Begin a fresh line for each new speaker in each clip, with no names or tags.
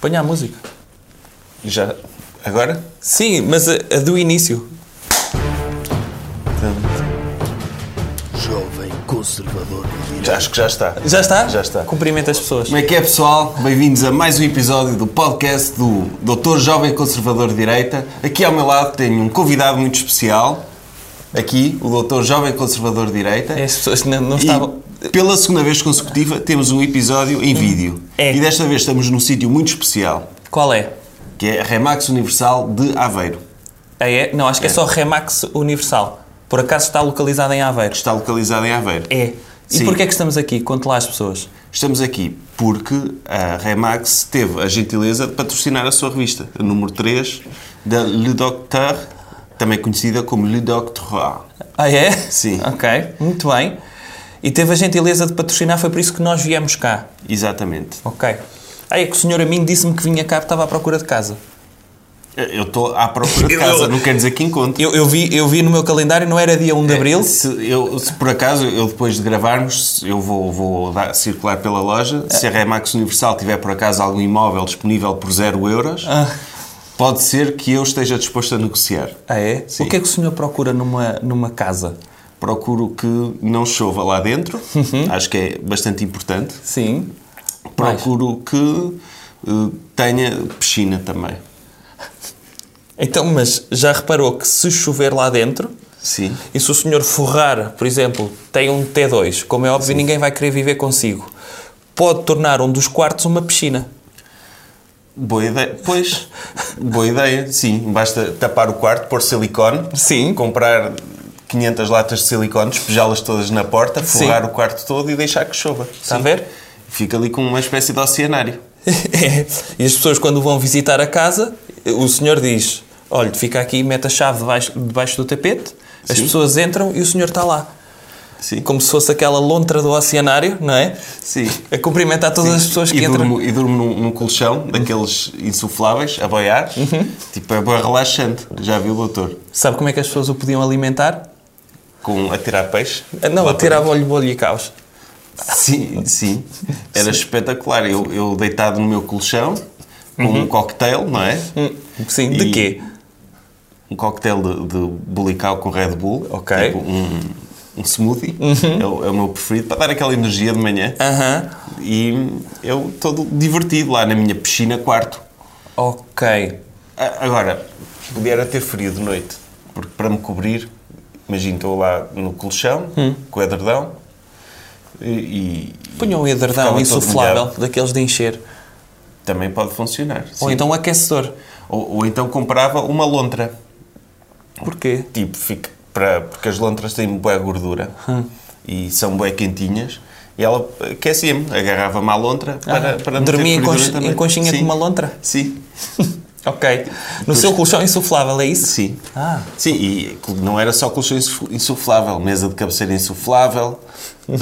Põe a música.
Já. Agora?
Sim, mas a, a do início.
Jovem Conservador de
Já, acho que já está.
Já está?
Já está.
Cumprimenta as pessoas.
Como é que é, pessoal? Bem-vindos a mais um episódio do podcast do Doutor Jovem Conservador de Direita. Aqui ao meu lado tenho um convidado muito especial. Aqui, o Doutor Jovem Conservador de Direita.
As pessoas não, não estavam.
É. E pela segunda vez consecutiva temos um episódio em vídeo.
É.
E desta vez estamos num sítio muito especial,
Qual é?
que é a Remax Universal de Aveiro,
Ah, é? Não, acho que é. só Remax Universal. Por acaso está localizado em Aveiro.
que está localizada em Aveiro.
É. E
Sim.
porquê é que estamos aqui? Conte lá às pessoas.
Estamos aqui porque a Remax teve a gentileza de patrocinar a sua revista, a número 3, da Le Docteur, também conhecida como Le Docteur.
Ah, é?
Sim.
Ok, muito bem. E teve a gentileza de patrocinar, foi por isso que nós viemos cá.
Exatamente.
Ok. Ah, é que o senhor a mim disse-me que vinha cá porque estava à procura de casa.
Eu estou à procura de
Eu-
casa, não quer dizer que encontro.
Eu, eu vi, eu vi no meu calendário, não era dia 1
É.
de Abril?
Se, eu, se por acaso, eu depois de gravarmos, eu vou, vou dar- circular pela loja. Se a Remax Universal tiver por acaso algum imóvel disponível por 0 euros, pode ser que eu esteja disposto a negociar.
Ah, é?
Sim.
O que é que o senhor procura numa, numa casa?
Procuro que não chova lá dentro, acho que é bastante importante.
Sim.
Procuro que eh, tenha piscina também.
Então, mas já reparou que se chover lá dentro,
Sim.
e se o senhor forrar, por exemplo, tem um T2, como é óbvio, ninguém vai querer viver consigo, pode tornar um dos quartos uma piscina.
Boa ideia. Pois, boa ideia, sim. Basta tapar o quarto, pôr silicone.
Sim.
Comprar 500 latas de silicone, despejá-las todas na porta,
Sim.
forrar o quarto todo e deixar que chova.
Está a
Sim.
ver?
Fica ali com uma espécie de oceanário.
É. E as pessoas, quando vão visitar a casa, o senhor diz: Olha, fica aqui, mete a chave debaixo, debaixo do tapete, as
Sim.
pessoas entram e o senhor está lá.
Sim.
Como se fosse aquela lontra do oceanário, não é?
Sim.
A cumprimentar todas as pessoas que
e
entram.
durmo, e durmo num, num colchão daqueles insufláveis, a boiar.
Uhum.
Tipo, é bem relaxante. Já viu, doutor?
Sabe como é que as pessoas o podiam alimentar?
Com a tirar peixe.
Ah, Não,
Lá
atirava-lhe bolho e caos.
Sim, sim. Era espetacular. Eu, eu deitado no meu colchão, com um cocktail, não é?
Uhum. Hum, Sim, de
E-
quê?
Um cocktail de, de bulical com Red Bull.
Ok. Uhum.
Tipo um, um smoothie. É, o, é o meu preferido, para dar aquela energia de manhã.
Aham.
E eu todo divertido lá na minha piscina quarto.
Ok.
A- Ah, Agora, podia era ter frio de noite, porque para me cobrir, imagino, estou lá no colchão,
Hum.
com o edredão, e, e
Punha um
Ficava
edredão
todo
insuflável,
molhado.
daqueles de encher.
também pode funcionar.
Ou
sim.
então um aquecedor.
Ou, ou então comprava uma lontra.
Porquê?
Tipo, fica para, porque as lontras têm boa gordura
Hum.
e são bué quentinhas. E ela aquecia-me, agarrava-me à lontra para, para não ter
Ah, dormia em
fervidura
conch- em
também.
conchinha
Sim.
com uma lontra?
Sim,
Ok. No seu colchão insuflável, é isso?
sim.
Ah.
Sim, e não era só colchão insu- insuflável, mesa de cabeceira insuflável, eh,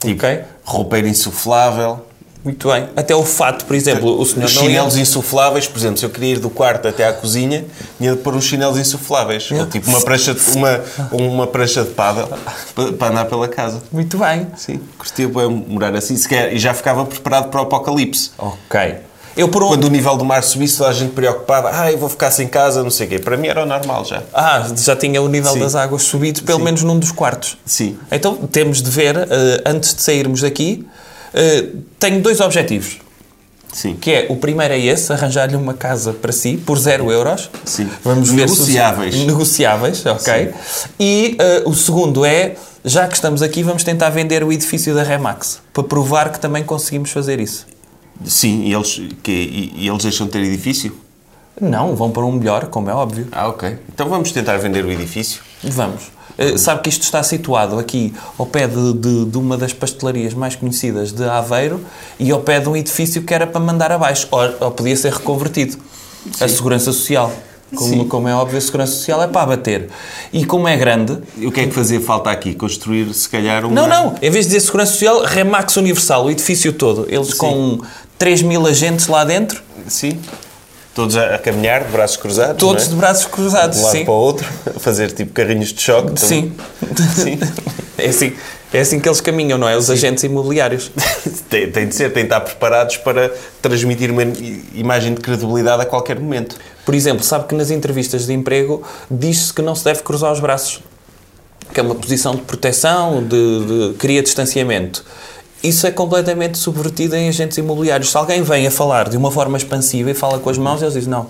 tipo,
Uhum. Ok.
roupeiro insuflável,
Muito bem. Até o fato, por exemplo, o senhor
os
não é ia...
chinelos insufláveis, por exemplo, se eu queria ir do quarto até à cozinha, tinha de pôr uns chinelos insufláveis, ou tipo uma prancha de, uma, uma prancha de paddle pa- para andar pela casa.
Muito bem.
Sim, curtia bem morar assim, sequer, e já ficava preparado para o apocalipse.
Ok. Eu por um...
Quando o nível do mar subisse, toda a gente preocupada, ah, eu vou ficar sem casa, não sei o quê. Para mim era o normal já.
Ah, já tinha o nível
Sim.
das águas subido, pelo menos num dos quartos.
Sim.
Então temos de ver, eh, antes de sairmos daqui, eh, tenho dois objetivos.
Sim.
Que é, o primeiro é esse, arranjar-lhe uma casa para si, por zero euros.
Sim.
Vamos ver se-
Negociáveis.
negociáveis, ok. E eh, o segundo é, já que estamos aqui, vamos tentar vender o edifício da Remax, para provar que também conseguimos fazer isso.
Sim, e eles, quê? E, e eles deixam de ter edifício?
Não, vão para um melhor, como é óbvio.
Ah, ok. Então vamos tentar vender o edifício.
Vamos. Eh, sabe que isto está situado aqui ao pé de, de- de uma das pastelarias mais conhecidas de Aveiro e ao pé de um edifício que era para mandar abaixo, ou, ou podia ser reconvertido. A Segurança Social. Como, como é óbvio, a Segurança Social é para abater. E como é grande.
E o que é que fazia falta aqui? Construir, se calhar, uma...
Não, não! Em vez de dizer Segurança Social, Remax Universal, o edifício todo. Eles com 3 mil agentes lá dentro,
Sim. Todos a, a caminhar, de braços cruzados,
todos de
não é?
braços cruzados.
de um lado
sim.
para o outro, a fazer tipo carrinhos de choque. também.
Sim.
Então, Sim.
É assim. É assim que eles caminham, não é? Os agentes imobiliários.
Tem, tem de ser, tem de estar preparados para transmitir uma i- imagem de credibilidade a qualquer momento.
Por exemplo, sabe que nas entrevistas de emprego diz-se que não se deve cruzar os braços, que é uma posição de proteção, de, de cria distanciamento. Isso é completamente subvertido em agentes imobiliários. Se alguém vem a falar de uma forma expansiva e fala com as mãos, eles dizem: Não,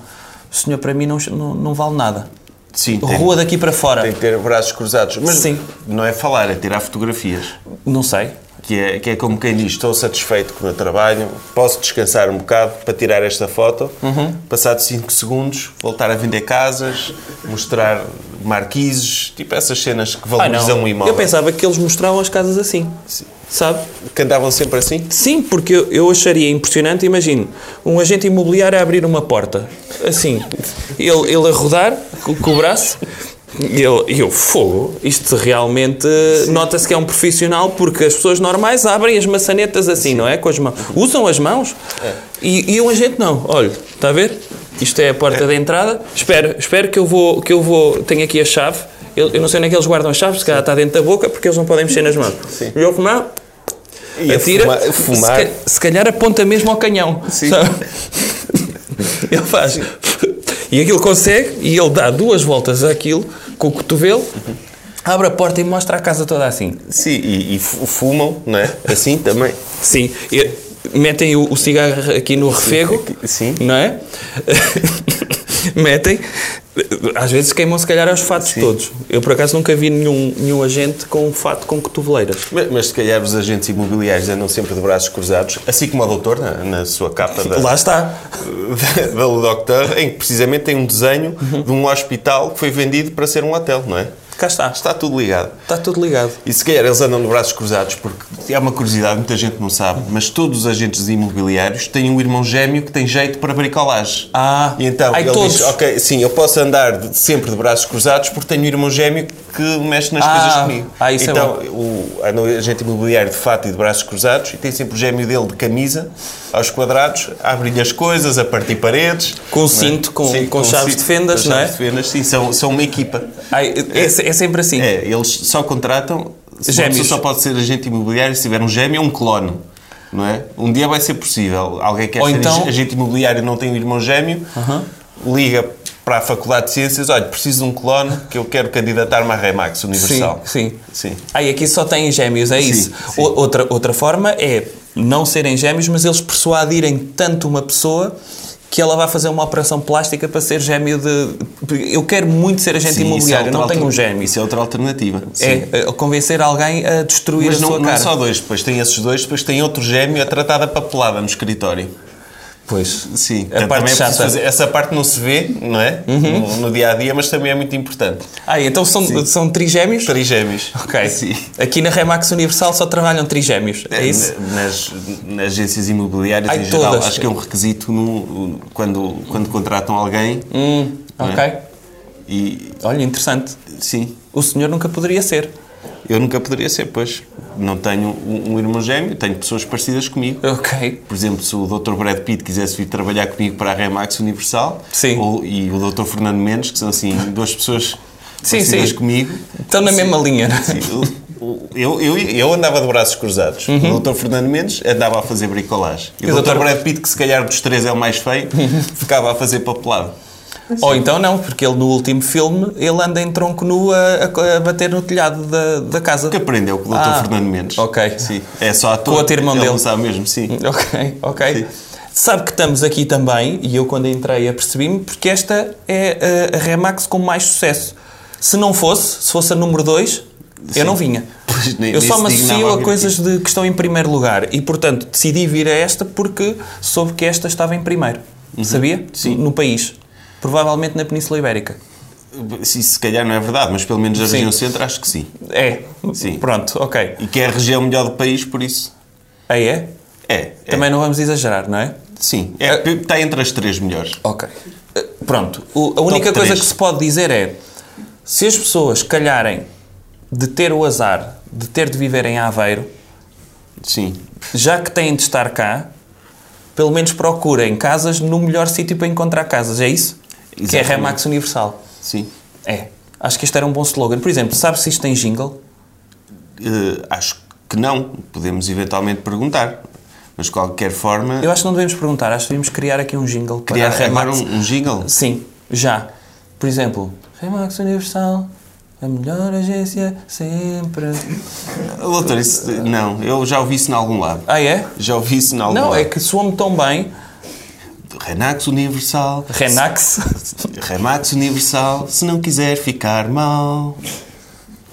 o senhor para mim não, não, não vale nada.
Sim, tem,
Rua daqui para fora.
tem de ter braços cruzados. Mas
Sim.
não é falar, é tirar fotografias.
Não sei.
Que é, que é como quem diz, estou satisfeito com o meu trabalho, posso descansar um bocado para tirar esta foto.
Uhum.
Passado 5 segundos, voltar a vender casas, mostrar marquises, tipo essas cenas que
Ah,
valorizam
não.
um imóvel.
Eu pensava que eles mostravam as casas assim. Sabe?
Que andavam sempre assim.
Sim, porque eu, eu acharia impressionante, imagino, um agente imobiliário a abrir uma porta, assim, ele, ele a rodar co- com, o braço, e ele, e eu, fogo, isto realmente eh, nota-se que é um profissional, porque as pessoas normais abrem as maçanetas assim, não é? Com as mãos. Usam as mãos, e, e um agente não, olha, está a ver? Isto é a porta da entrada, espero, espero que eu vou, que eu vou, tenho aqui a chave, eu, eu não sei onde é que eles guardam as chaves, se calhar está dentro da boca, porque eles não podem mexer nas mãos. E eu, não,
E a
Atira,
fuma- a
se
fumar.
ca- Se, calhar aponta mesmo ao canhão. sabe? Ele faz. E aquilo consegue, e ele dá duas voltas àquilo com o cotovelo,
Uhum.
abre a porta e mostra a casa toda assim.
Sim, e, e fu- fumam, não é? Assim também.
Sim, e metem o, o cigarro aqui no refego,
Sim.
não é? metem. Às vezes queimam, se calhar, aos fatos todos. Eu, por acaso, nunca vi nenhum, nenhum agente com um fato com cotoveleiras.
Mas, mas se calhar os agentes imobiliários andam sempre de braços cruzados, assim como o doutor na, na sua capa da,
Lá está.
da, da Le Docteur, em que precisamente tem um desenho de um hospital que foi vendido para ser um hotel, não é?
Cá está.
Está tudo ligado.
Está tudo ligado.
E se calhar eles andam de braços cruzados, porque é uma curiosidade, muita gente não sabe, mas todos os agentes imobiliários têm um irmão gêmeo que tem jeito para bricolagem.
Ah.
e então
Ai,
ele
todos.
diz: Ok, sim, eu posso andar de- sempre de braços cruzados porque tenho um irmão gêmeo que mexe nas
Ah.
coisas comigo.
Ah, isso é
então o, anda o agente imobiliário de fato e de braços cruzados e tem sempre o gêmeo dele de camisa, aos quadrados, a abrir-lhe as coisas, a partir paredes.
Com
não é?
cinto, com-
Sim,
com chaves
cinto,
de fendas,
com
não é?
chaves de fendas, sim, são, são uma equipa.
Ai, é, é sempre assim.
É, eles só contratam. se uma
Gêmeos.
pessoa só pode ser agente imobiliário se tiver um gêmeo ou um clone. Não é? Um dia vai ser possível. Alguém quer
Ou
ser
então-
agente imobiliário e não tem um irmão gêmeo, liga para a Faculdade de Ciências: olha, preciso de um clone que eu quero candidatar-me à Remax Universal.
Sim,
Sim.
Aí aqui só têm gêmeos, é isso.
sim.
O- outra, outra forma é não serem gêmeos, mas eles persuadirem tanto uma pessoa que ela vai fazer uma operação plástica para ser gêmeo de. Eu quero muito ser agente
Sim, isso é
imobiliário, eu não
outra
tenho um
alter-
gêmeo.
Isso é outra alternativa. Sim.
É eh, convencer alguém a destruir
Mas
a
não,
sua
não
cara.
é só dois, depois tem esses dois, depois tem outro gêmeo a tratar da papelada no escritório.
Pois. A
Sim, portanto,
parte
também é preciso
chata. Uhum.
fazer- essa parte não se vê, não é? No, no dia a dia, mas também é muito importante.
Ah, então são, são trigêmeos?
Trigêmeos.
Ok.
Sim.
Aqui na Remax Universal só trabalham trigêmeos, é isso?
Na- Nas, nas agências imobiliárias,
Ai,
em geral,
todas.
acho que é um requisito no- quando, quando contratam alguém.
Hum.
não é?
Ok.
E
Olha, interessante.
sim,
O senhor nunca poderia ser.
eu nunca poderia ser, pois. Não tenho um, um irmão gêmeo, tenho pessoas parecidas comigo.
Ok.
Por exemplo, se o Dr. Brad Pitt quisesse vir trabalhar comigo para a Remax Universal,
Sim.
ou- e o Dr. Fernando Mendes, que são assim duas pessoas
Sim,
parecidas
sim.
comigo,
Estão na mesma linha.
Sim, o- o- Eu, eu, eu andava de braços cruzados.
Uhum.
O Dr. Fernando Mendes andava a fazer bricolagem. E
E o
o Dr.
Dr.
Brad Pitt, que se calhar dos três é o mais feio,
Uhum.
ficava a fazer papelado.
Ou então não, porque ele no último filme ele anda em tronco nu a, a- a bater no telhado da, da casa.
O que aprendeu com o Dr.
Ah,
Fernando Mendes?
ok.
Sim. É só ator.
Com outro irmão
Ele
dele. Uhum.
não sabe mesmo, sim.
Ok, ok.
Sim.
Sabe que estamos aqui também, e eu quando entrei apercebi-me, porque esta é a, a Remax com mais sucesso. Se não fosse, se fosse a número 2, eu não vinha.
Pois, nem-
eu
nem
só
se
me
dignava
associo
a
a
vir
coisas de, que estão em primeiro lugar e, portanto, decidi vir a esta porque soube que esta estava em primeiro. Sabia? Sim. No país. Provavelmente na Península Ibérica.
Sim, Se calhar não é verdade, mas pelo menos a
Sim.
região centro acho que sim.
É.
Sim.
Pronto, ok.
E que é a região melhor do país, por isso.
Aí é?
É. é.
Também não vamos exagerar, não é?
Sim. É, Está entre as três melhores.
Ok. Eh, Pronto. O- a única coisa
três.
que se pode dizer é: se as pessoas calharem de ter o azar de ter de viver em Aveiro,
Sim.
já que têm de estar cá, pelo menos procurem casas no melhor sítio para encontrar casas, é isso? Que é
Exatamente.
Remax Universal.
Sim.
É. Acho que este era um bom slogan. Por exemplo, sabe se isto tem jingle?
eh, acho que não. Podemos eventualmente perguntar. Mas de qualquer forma,
Eu acho que não devemos perguntar, acho que devíamos criar aqui um jingle para
criar
a
agora
Remax.
um, um jingle.
Sim, já. Por exemplo, Remax Universal, a melhor agência sempre.
Doutor, isso, não, eu já ouvi isso em algum lado.
Ah, é?
Já ouvi isso em algum
Não,
lado.
é que soou-me tão bem.
Renax Universal.
Renax.
Remax Universal, se não quiser ficar mal.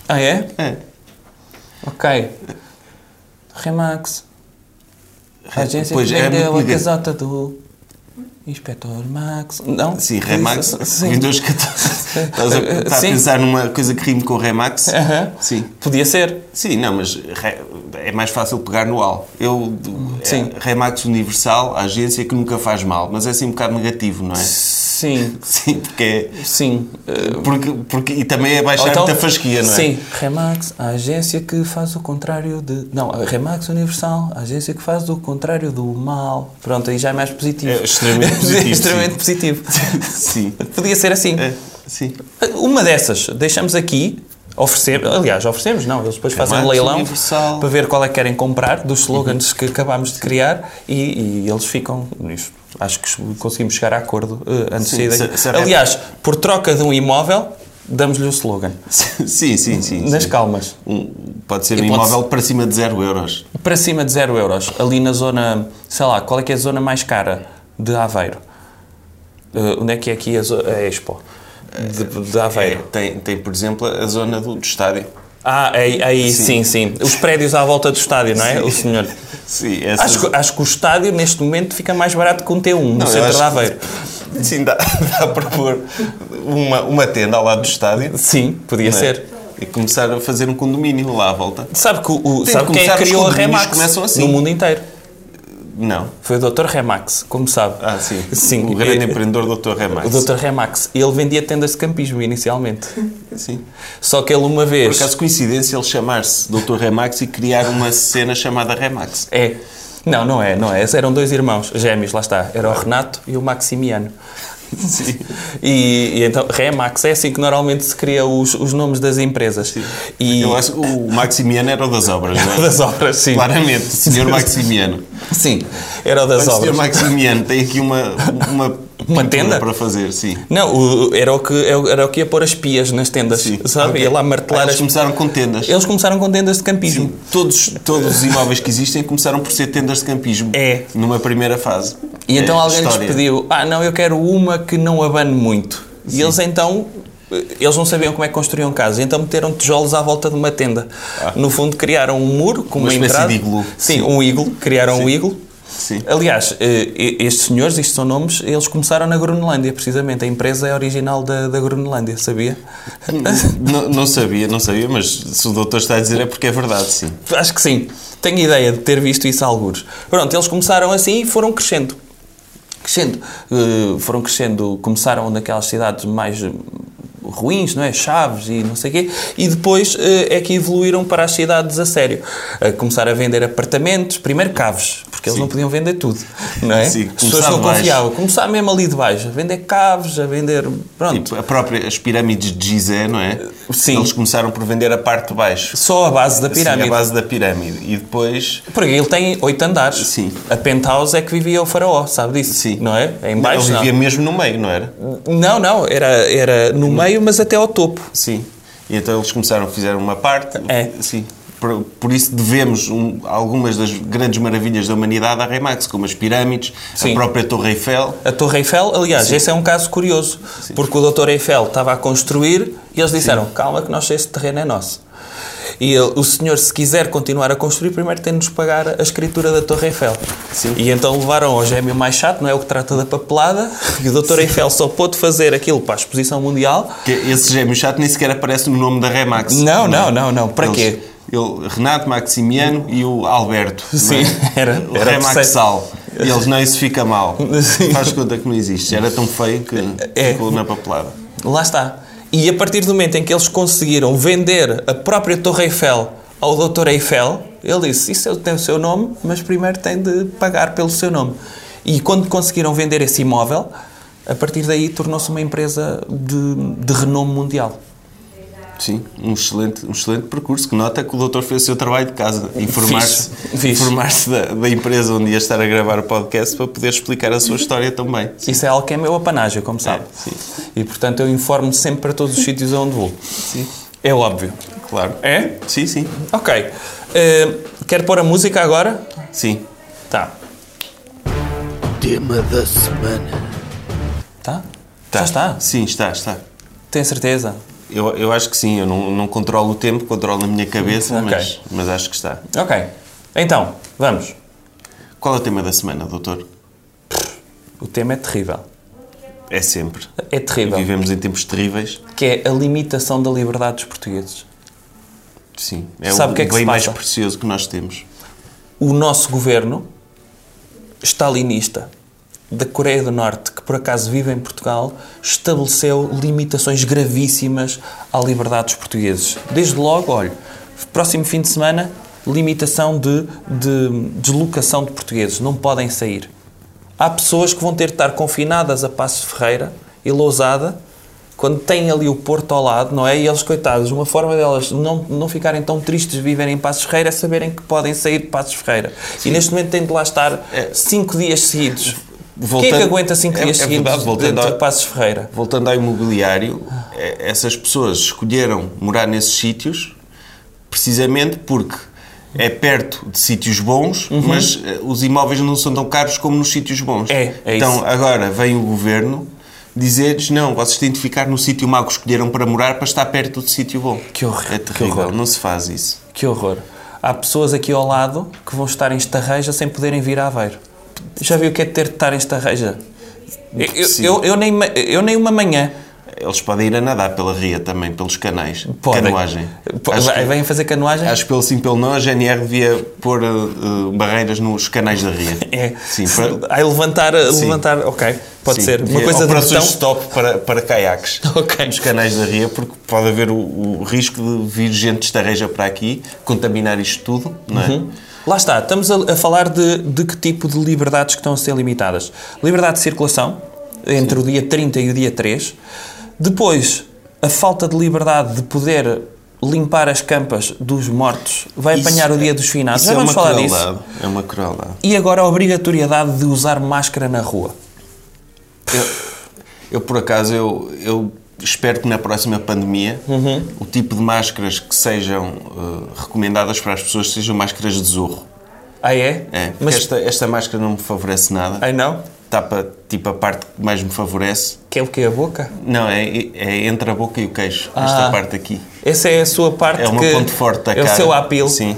Ah, é?
É.
Ok. Remax. A agência
Pois,
que
é
vendeu
muito
a
negativo.
casota do Inspetor Max. Não?
Sim, Remax.
Sim.
Vendedores que estás a, tá a
Sim. É.
pensar numa coisa que rime com Remax.
Aham.
Sim.
Podia ser.
Sim, não, mas re- é mais fácil pegar no AL. Eu, é,
Sim.
Remax Universal, a agência que nunca faz mal, mas é assim um bocado negativo, não é?
Sim,
Sim, porque é.
sim. Eh,
Porque, porque, e também é
ou
baixar
então-
muita fasquia, não é?
Sim, Remax, a agência que faz o contrário de. Não, a Remax Universal, a agência que faz o contrário do mal. Pronto, aí já é mais positivo.
É extremamente positivo,
extremamente positivo.
Sim.
Podia ser assim.
É, sim.
Uma dessas, deixamos aqui, oferecer, aliás, oferecemos, não, eles depois fazem um
Remax
leilão
É Universal. Uhum.
para ver qual é que querem comprar dos slogans que acabámos de criar e, e eles ficam nisso. Acho que conseguimos chegar a acordo eh, antes
Sim,
de sair daqui.
se- se-
aliás, por troca de um imóvel, damos-lhe o slogan.
Sim, sim, sim.
Nas
sim.
calmas.
Um- pode ser
E
um
pode
imóvel para cima de zero euros.
Para cima de 0 euros, ali na zona, sei lá, qual é que é a zona mais cara de Aveiro? Eh, onde é que é aqui a, zo- a Expo? De, de Aveiro.
É, Tem, tem, por exemplo, a zona do, do estádio.
Ah, aí, aí sim. sim, Os prédios à volta do estádio, não é? O senhor.
Sim, essa...
Acho, que- acho que o estádio neste momento fica mais barato que um T1 no
Não, eu
centro
acho
de Aveiro.
que- Sim, dá, dá para pôr uma, uma tenda ao lado do estádio.
Sim, podia
não é?
ser.
E começar a fazer um condomínio lá à volta.
Sabe, que o- o,
de
sabe quem é
começar,
que
os
criou a
condomínios
Remax
começam assim.
no mundo inteiro?
Não.
Foi o Dr. Remax, como sabe.
Ah, sim.
Sim,
O grande
eh,
empreendedor Dr. Remax.
O Dr. Remax. Ele vendia tendas de campismo inicialmente.
Sim.
Só que ele uma
Por
vez...
acaso, coincidência ele chamar-se Dr. Remax e criar uma cena chamada Remax.
É. Não, não é, não é. Eram dois irmãos, gêmeos, lá está. Era o Renato e o Maximiano. Sim. E, e então, Remax, é assim que normalmente se cria os, os nomes das empresas. E
Eu acho que o Maximiano era o das obras, não é?
das obras, sim.
Claramente, o senhor Maximiano.
Sim, era o das
O senhor
obras.
Maximiano tem aqui uma, uma, pintura
tenda?
para fazer, sim.
Não, o- era, o que, era o que ia pôr as pias nas tendas,
Sim.
sabe?
Ok.
Ia lá
Ah,
martelar
Eles
as...
começaram com tendas.
Eles começaram com tendas de campismo.
Todos, todos os imóveis que existem começaram por ser tendas de campismo.
É.
Numa primeira fase.
E então
É,
alguém
história.
lhes pediu, ah não, eu quero uma que não abane muito. E eles então, eles não sabiam como é que construíam casas, então meteram tijolos à volta de uma tenda. No fundo criaram um muro com uma,
Ah. Uma espécie
entrada.
de iglu.
Sim, um iglo, criaram um iglo.
Sim.
Aliás, eh, e- estes senhores, estes são nomes, eles começaram na Groenlândia, precisamente. A empresa é original da, da Groenlândia, sabia?
Não, não sabia, não sabia, mas se o doutor está a dizer é porque é verdade, sim.
Acho que sim. Tenho ideia de ter visto isso a alguns. Pronto, eles começaram assim e foram crescendo. Crescendo. Eh, foram crescendo, começaram naquelas cidades mais eh, ruins, não é? Chaves e não sei o quê. E depois eh, é que evoluíram para as cidades a sério. A começar a vender apartamentos, primeiro caves, porque eles não podiam vender tudo, não é?
Sim,
As pessoas
começar
não
de baixo.
confiavam. Começar mesmo ali de baixo, a vender caves, a vender... Pronto.
Tipo, a própria, as pirâmides de Gizé, não é?
Sim.
Eles começaram por vender a parte de baixo.
Só a base da pirâmide.
Sim, Assim, a base da pirâmide. E depois...
Porque ele tem oito andares.
Sim.
A penthouse é que vivia o faraó, sabe disso?
Sim.
Não é? É em baixo,
Ele
não.
vivia mesmo no meio, não era?
Não, não. Era, era
Hum.
no meio, mas até ao topo.
Sim. E então eles começaram, fizeram uma parte.
É.
Sim. Por, por isso devemos um- algumas das grandes maravilhas da humanidade à Remax, como as pirâmides,
Sim.
a própria Torre Eiffel.
A Torre Eiffel, aliás, esse é um caso curioso. Porque o Dr. Eiffel estava a construir e eles disseram, calma que nós este terreno é nosso. E ele, o senhor, se quiser continuar a construir, primeiro tem de nos pagar a escritura da Torre Eiffel.
Sim.
E então levaram ao gêmeo mais chato, não é? O que trata da papelada. E o Dr. Eiffel só pôde fazer aquilo para a Exposição Mundial.
Que esse gêmeo chato nem sequer aparece no nome da Remax.
Não,
é?
não, não, não. Para
Eles-
quê?
ele- Renato Maximiano e o Alberto. não é?
Sim, era-
O
era
Remaxal. Eles não, isso fica mal.
Sim.
Faz conta que não existe. Era tão feio que
É.
ficou na papelada.
Lá está. E a partir do momento em que eles conseguiram vender a própria Torre Eiffel ao Dr. Eiffel, ele disse: Isso tem o seu nome, mas primeiro tem de pagar pelo seu nome. E quando conseguiram vender esse imóvel, a partir daí tornou-se uma empresa de, de renome mundial.
Sim, um excelente, um excelente percurso que nota que o doutor fez o seu trabalho de casa, informar-se
Fiz, fiz.
informar da, da empresa onde ia estar a gravar o podcast para poder explicar a sua história também.
Isso é algo que é meu apanágio, como sabe.
sim.
E portanto eu informo sempre para todos os sítios aonde vou.
Sim,
É óbvio.
claro.
É?
Sim, sim,
Ok. Eh, quer pôr a música agora?
sim.
Tá.
Tema da semana.
Tá? Já está?
Sim, está, está.
Tem certeza?
Eu, eu acho que sim, eu não, não controlo o tempo, controlo na minha cabeça,
Ok.
mas, mas acho que está.
Ok. Então, vamos.
Qual é o tema da semana, doutor?
O tema é terrível.
É sempre.
É terrível.
Vivemos em tempos terríveis.
Que é a limitação da liberdade dos portugueses.
Sim, é
Sabe
o
o que é que
bem
se
mais
passa?
precioso que nós temos.
O nosso governo stalinista da Coreia do Norte, que por acaso vive em Portugal, estabeleceu limitações gravíssimas à liberdade dos portugueses. Desde logo, olha, próximo fim de semana, limitação de, de deslocação de portugueses. Não podem sair. Há pessoas que vão ter de estar confinadas a Passos Ferreira e Lousada quando têm ali o Porto ao lado, não é? E eles, coitados, uma forma delas não, não ficarem tão tristes de viverem em Passos Ferreira é saberem que podem sair de Passos Ferreira. E neste momento têm de lá estar cinco dias seguidos. Quem é
É. Voltando-
que aguenta cinco
É-
dias
é
seguidos
verdade, voltando
dentro
ao-
de Passos Ferreira?
Voltando ao imobiliário, eh, essas pessoas escolheram morar nesses sítios precisamente porque é perto de sítios bons,
Uhum.
mas eh, os imóveis não são tão caros como nos sítios bons.
É, é
então
isso.
agora vem o governo dizer-lhes: não, vocês têm de ficar no sítio mau que escolheram para morar para estar perto do sítio bom.
Que horror,
É
que
terrível,
horror.
não se faz isso.
Que horror. Há pessoas aqui ao lado que vão estar em estarreja sem poderem vir a Aveiro. Já viu o que é ter de estar em estarreja? Eu, eu,
Impossível.
eu- eu nem, ma- eu nem uma manhã.
Eles podem ir a nadar pela ria também, pelos canais.
Podem.
Canoagem.
Po-
Acho que-
Vêm fazer canoagem?
Acho que pelo sim, pelo não, a GNR devia pôr eh, eh, barreiras nos canais da ria.
É.
Sim, para,
Aí levantar, eh,
Sim.
levantar, ok, pode
sim,
ser. Uma
devia-
coisa de
operações
botão.
stop para, para caiaques.
Ok.
Nos canais da ria, porque pode haver o, o risco de vir gente de estareja para aqui, contaminar isto tudo, não é?
Uhum. Lá está, estamos a, a falar de, de que tipo de liberdades que estão a ser limitadas. Liberdade de circulação, entre o dia 30 e o dia 3. Depois, a falta de liberdade de poder limpar as campas dos mortos vai
Isso
apanhar o
é-
dia dos finados.
Isso
Já
é
vamos
uma
falar disso.
crueldade. É uma crueldade.
E agora a obrigatoriedade de usar máscara na rua.
Eu, eu, por acaso, eu, eu espero que na próxima pandemia
Uhum.
o tipo de máscaras que sejam eh, recomendadas para as pessoas sejam máscaras de zorro.
Ah, é?
É, porque
Mas.
esta, esta máscara não me favorece nada.
Ai não?
Tapa tipo a parte que mais me favorece.
Que é o que? A boca?
Não, é, é entre a boca e o queixo. Esta
Ah.
parte aqui.
Essa é a sua parte
É o
que
meu ponto forte da
é
cara.
o seu apelo.
Sim.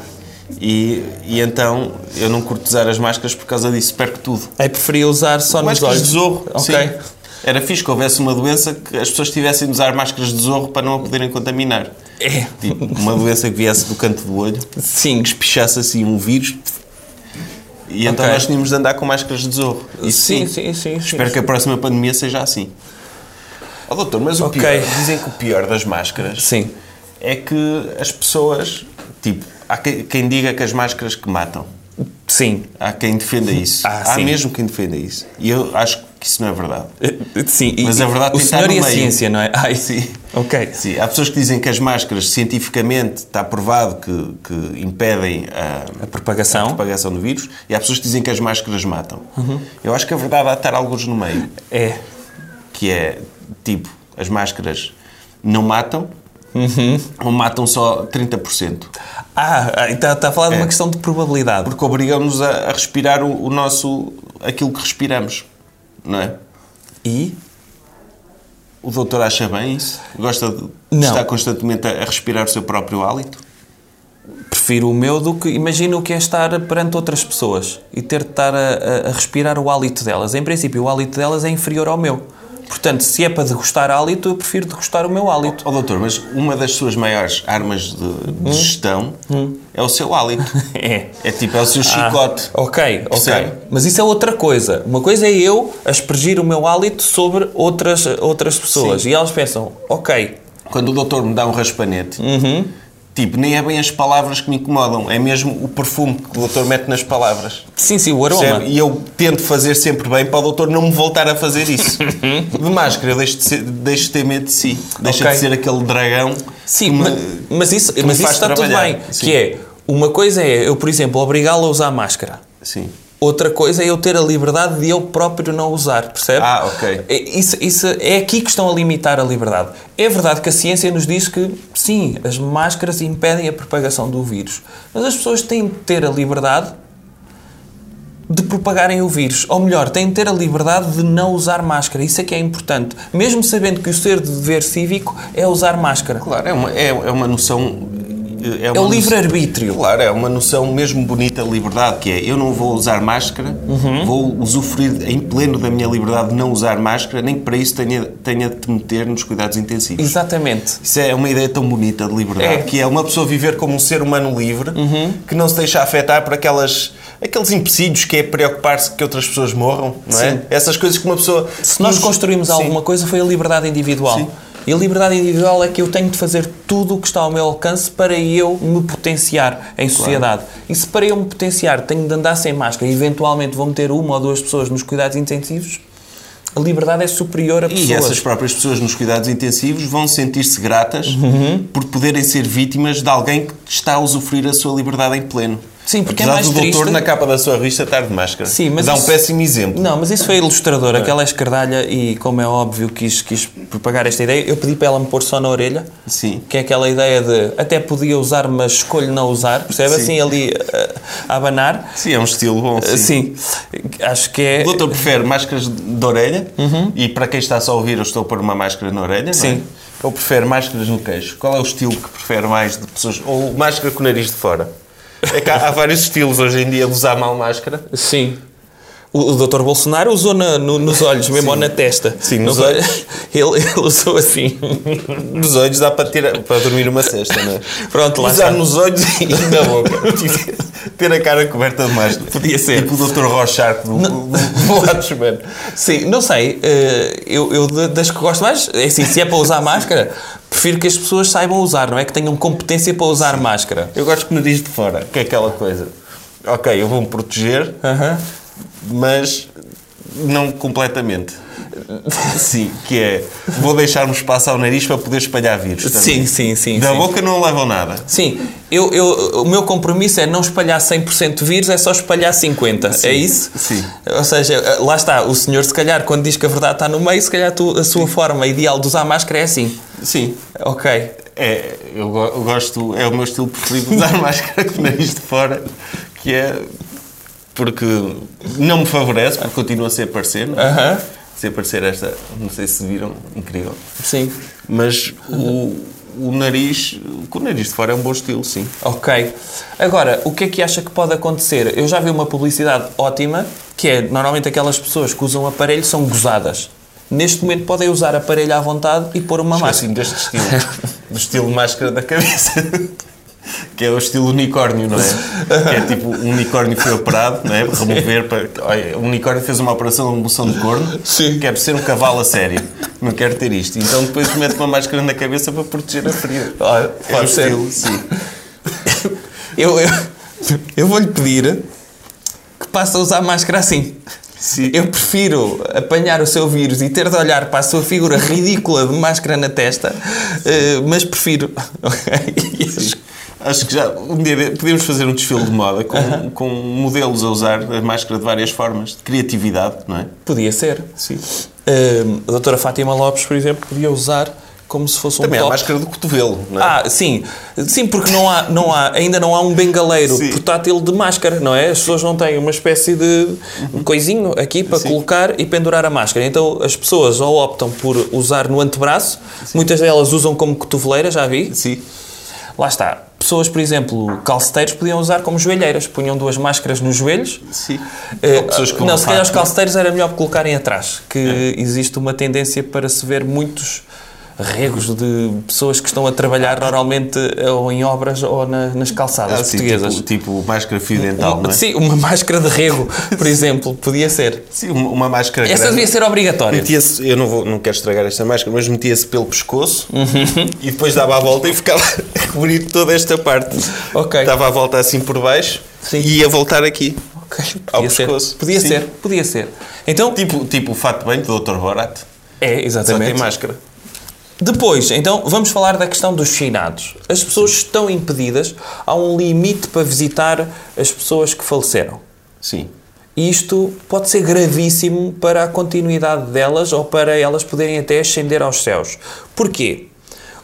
E, e então eu não curto usar as máscaras por causa disso. Perco tudo.
Aí preferia É usar só nos
Máscaras
olhos.
de zorro.
Ok.
Sim. Era fixe que houvesse uma doença que as pessoas tivessem de usar máscaras de zorro para não a poderem contaminar.
É.
Tipo, uma doença que viesse do canto do olho,
Sim.
que espichasse assim um vírus. E então
Ok.
nós tínhamos de andar com máscaras de zorro. Isso
Sim, sim, sim. sim.
Espero que a próxima pandemia seja assim. Ó Oh, doutor, mas o
Ok.
pior, dizem que o pior das máscaras
Sim.
é que as pessoas, tipo, há que- quem diga que as máscaras que matam.
Sim.
Há quem defenda isso.
Ah,
há
sim.
mesmo quem defenda isso. E eu acho que isso não é verdade.
Sim. E-
Mas a verdade
O
tem que estar
senhor
no
e a
meio.
ciência, não é? Ai,
Sim.
Ok.
Sim, há pessoas que dizem que as máscaras cientificamente está provado que, que impedem É a,
A propagação.
propagação do vírus e há pessoas que dizem que as máscaras matam. Eu acho que a verdade há de estar alguns no meio,
É.
que é tipo, as máscaras não matam
Uhum.
ou matam só 30%,
Ah, está a falar de uma
É.
questão de probabilidade.
porque obrigam-nos a, a respirar o, o nosso, aquilo que respiramos, não é?
E?
O doutor acha bem isso? Gosta de
Não.
estar constantemente a, a respirar o seu próprio hálito?
Prefiro o meu do que. Imagino o que é estar perante outras pessoas e ter de estar a, a- a respirar o hálito delas. Em princípio, o hálito delas é inferior ao meu. Portanto, se é para degustar hálito, eu prefiro degustar o meu hálito.
Ó doutor, mas uma das suas maiores armas de,
Hum.
de gestão é o seu hálito.
É.
É tipo, é o seu
Hum. Ah,
chicote.
ok, ok.
Percebe?
Mas isso é outra coisa. Uma coisa é eu aspergir o meu hálito sobre outras, outras pessoas. E elas pensam, ok, Uhum.
Quando o doutor me dá um raspanete, Tipo, nem é bem as palavras que me incomodam, é mesmo o perfume que o doutor mete nas palavras.
Sim, sim, o aroma.
Percebe? E eu tento fazer sempre bem para o doutor não me voltar a fazer isso. De máscara, eu deixo de, ser- deixo de ter medo de si. Deixa
Uhum. Ok.
de ser aquele dragão.
Sim,
que me-
ma- mas isso,
me
mas isso
faz
está tudo
trabalhar.
bem.
Sim.
Que é, uma coisa é eu, por exemplo, obrigá-lo a usar máscara.
Sim.
Outra coisa é eu ter a liberdade de eu próprio não usar, percebe?
Ah, ok.
É- Isso, isso- é aqui que estão a limitar a liberdade. É verdade que a ciência nos diz que, sim, as máscaras impedem a propagação do vírus. Mas as pessoas têm de ter a liberdade de propagarem o vírus. Ou melhor, têm de ter a liberdade de não usar máscara. Isso é que é importante. Mesmo sabendo que o ser de dever cívico é usar máscara.
Claro, é uma, é, é uma noção. É,
É
uma
o
noção-
livre-arbítrio.
Claro, é uma noção mesmo bonita de liberdade, que é eu não vou usar máscara,
Uhum.
vou usufruir em pleno da minha liberdade de não usar máscara, nem que para isso tenha, tenha de te meter nos cuidados intensivos.
Exatamente.
Isso é uma ideia tão bonita de liberdade,
É. Uhum.
que é uma pessoa viver como um ser humano livre, que não se deixa afetar por aquelas, aqueles empecilhos que é preocupar-se que outras pessoas morram, não é?
Sim.
Essas coisas que uma pessoa...
Se nós construímos
Sim.
alguma coisa foi a liberdade individual.
Sim.
E a liberdade individual é que eu tenho de fazer tudo o que está ao meu alcance para eu me potenciar em sociedade. E se para eu me potenciar tenho de andar sem máscara e eventualmente vou meter uma ou duas pessoas nos cuidados intensivos, a liberdade é superior a pessoas.
E essas próprias pessoas nos cuidados intensivos vão sentir-se gratas por poderem ser vítimas de alguém que está a usufruir a sua liberdade em pleno.
Sim, porque é
Apesar
mais
do doutor
triste-
na capa da sua revista estar de máscara.
Sim, mas
Dá um
isso-
péssimo exemplo.
Não, mas isso foi ilustrador. Aquela escardalha, e como é óbvio, quis, quis propagar esta ideia. Eu pedi para ela me pôr só na orelha.
Sim.
Que é aquela ideia de até podia usar, mas escolho não usar. Percebe?
Sim.
Assim ali a, a abanar.
Sim, é um estilo bom. Sim.
Sim. Acho que é.
O doutor prefere máscaras de orelha e para quem está só a ouvir eu estou a pôr uma máscara na orelha, não
Uhum. Sim.
é? Eu prefiro máscaras no queixo. Qual é o estilo que prefere mais de pessoas? Ou máscara com o nariz de fora? É que há, há vários estilos hoje em dia de usar mal máscara.
Sim. O, o Dr. Bolsonaro usou na- no- nos olhos, mesmo ou na testa.
Sim,
Não
nos
foi- Ele, ele usou assim.
Nos olhos dá para, tirar, para dormir uma cesta, não é?
Pronto, lá
Usar
está.
nos olhos e na boca. Tipo, Ter a cara coberta de máscara.
Podia ser.
Tipo o Dr. Rochard do, do, do Watchmen.
Sim, não sei. eh, Eu, eu de- das que gosto mais, é assim, se é para usar máscara, prefiro que as pessoas saibam usar, não é? Que tenham competência para usar máscara.
Eu gosto que me diz de fora, que é aquela coisa. Ok, eu vou-me proteger,
Aham.
mas não completamente. Sim, que é vou deixar-me espaço ao nariz para poder espalhar vírus. também.
Sim, sim, sim.
Da
sim.
boca não levam nada.
Sim, eu, eu, o meu compromisso é não espalhar 100% vírus, é só espalhar 50%. é isso?
sim.
Ou seja, lá está, o senhor, se calhar, quando diz que a verdade está no meio, se calhar tu- a sua forma ideal de usar máscara é assim.
Sim.
Ok.
É, eu, go- eu gosto, é o meu estilo preferido usar máscara com o nariz de fora, que é porque não me favorece, porque continua a ser parecer, não é?
Aham.
Ser parecer esta, não sei se viram, incrível.
Sim.
Mas o, o nariz, com o nariz de fora é um bom estilo, sim.
Ok. Agora, o que é que acha que pode acontecer? Eu já vi uma publicidade ótima, que é normalmente aquelas pessoas que usam aparelho são gozadas. Neste momento podem usar aparelho à vontade e pôr uma
Mas
máscara.
assim, deste estilo, do estilo máscara da cabeça. Que é o estilo unicórnio, não é? Que é tipo, um unicórnio foi operado, não é? Remover para... Olha, o unicórnio fez uma operação de remoção de corno.
Sim.
Quer ser um cavalo a sério. Não quero ter isto. Então depois mete uma máscara na cabeça para proteger a ferida.
Ah,
É
pode
o
ser.
estilo, sim.
Eu, eu, eu vou-lhe pedir que passe a usar máscara assim.
Sim.
Eu prefiro apanhar o seu vírus e ter de olhar para a sua figura ridícula de máscara na testa, eh, mas prefiro. Ok?
Acho que já um dia de- podíamos fazer um desfile de moda com, com modelos a usar a máscara de várias formas, de criatividade, não é?
Podia ser.
Sim.
Ehm, a doutora Fátima Lopes, por exemplo, podia usar como se fosse
Também
um
há a
top.
máscara do cotovelo, não é?
Ah, sim. Sim, porque não há, não há, ainda não há um bengaleiro
Sim.
portátil de máscara, não é? As pessoas não têm uma espécie de coisinho aqui para colocar e pendurar a máscara. Então as pessoas ou optam por usar no antebraço, muitas delas usam como cotoveleira, já vi.
Sim.
Lá está. Pessoas, por exemplo, calceteiros podiam usar como joelheiras. Punham duas máscaras nos joelhos.
Sim.
Eh,
Ou pessoas com
não,
uma
se calhar os
faca. É.
calceteiros era melhor colocarem atrás, que existe uma tendência para se ver muitos regos de pessoas que estão a trabalhar normalmente ou em obras ou na- nas calçadas
Ah, sim,
portuguesas.
tipo, tipo máscara fio dental, não é?
Sim, uma máscara de rego, por exemplo, podia ser.
Sim, uma uma máscara
Essa
grande.
devia ser obrigatória.
Metia-se, eu não, vou, não quero estragar esta máscara, mas metia-se pelo pescoço
Uhum.
e depois dava a volta e ficava a cobrir toda esta parte.
Ok.
Dava a volta assim por baixo
Sim.
e ia voltar aqui.
Ok, podia
Ao
ser.
pescoço.
Podia
Sim.
ser, podia ser. Então,
Tipo, tipo o fato bem do Dr. Borat.
é,
Só tem
exatamente.
máscara.
Depois, então, vamos falar da questão dos finados. As pessoas estão impedidas, há um limite para visitar as pessoas que faleceram.
Sim.
E isto pode ser gravíssimo para a continuidade delas ou para elas poderem até ascender aos céus. Porquê?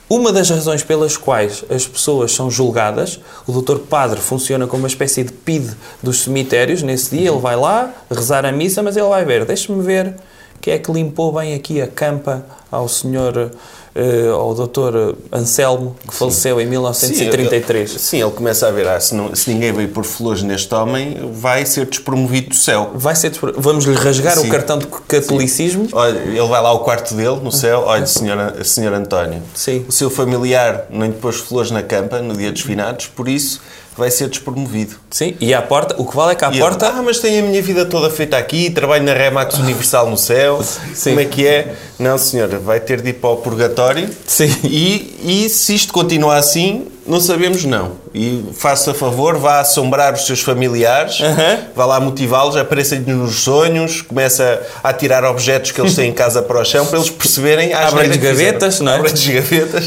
Uma das razões pelas quais as pessoas são julgadas, o doutor padre funciona como uma espécie de PID dos cemitérios. Nesse dia ele vai lá rezar a missa, mas ele vai ver, deixe-me ver quem é que limpou bem aqui a campa ao senhor, eh, ao doutor Anselmo, que faleceu em
Sim,
1933.
ele, sim, ele começa a ver, ah, se, não- se ninguém veio pôr flores neste homem, vai ser despromovido do céu.
Vai ser, despro- vamos lhe rasgar
Sim.
o cartão de catolicismo.
Olha, ele vai lá ao quarto dele, no céu, olha, senhor, senhor António,
Sim.
o seu familiar não lhe pôs flores na campa no dia dos finados, por isso vai ser despromovido.
Sim, e à porta, o que vale é que à
E ele,
porta. Ah."
ah, mas tenho a minha vida toda feita aqui, trabalho na Remax Universal no céu, como é que é? Não, senhora, vai ter de ir para o purgatório
Sim.
E, e se isto continuar assim, não sabemos não. E faça favor, vá assombrar os seus familiares,
Aham.
vá lá motivá-los, apareça-lhes nos sonhos, começa a tirar objetos que eles têm em casa para o chão, para eles perceberem... a asneira
Abrem-lhes
que fizeram.
gavetas, não é?
Abrem-lhes gavetas.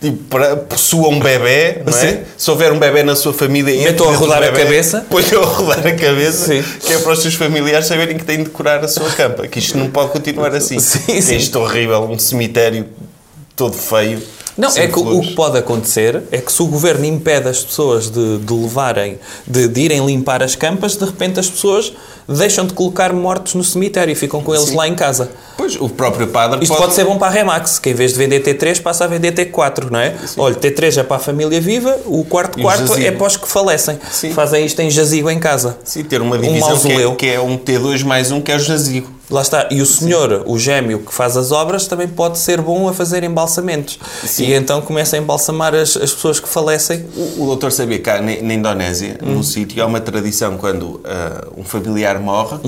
Tipo, para- possua um bebê, não é?
Sim.
Se houver um bebê na sua família,
Metam a
entre dentro do
rodar a
bebé,
cabeça.
Ponham a rodar a cabeça,
Sim.
que é para os seus familiares saberem que têm de decorar a sua campa, que isto não pode continuar assim.
Sim, sim.
É Isto horrível, um cemitério todo feio.
Não,
sem
é que o
flores.
que pode acontecer é que se o governo impede as pessoas de, de levarem, de, de irem limpar as campas, de repente as pessoas deixam de colocar mortos no cemitério e ficam com eles lá em casa.
Pois, o próprio padre
Isto pode... ser bom para a Remax, que em vez de vender T3 passa a vender T4, não é? Olha, T3 é para a família viva, o quarto
E o
quarto
jazigo.
é para os que falecem.
Sim.
Fazem isto em jazigo em casa.
Sim, ter uma
um
divisão que, é,
mausoleu.
que é um T2 mais um, que é o jazigo.
Lá está. E o senhor, o gêmeo que faz as obras, também pode ser bom a fazer embalsamentos. E então começa a embalsamar as, as pessoas que falecem.
O, o doutor sabia que há, na, na Indonésia, num sítio, há uma tradição quando ah, um familiar morre,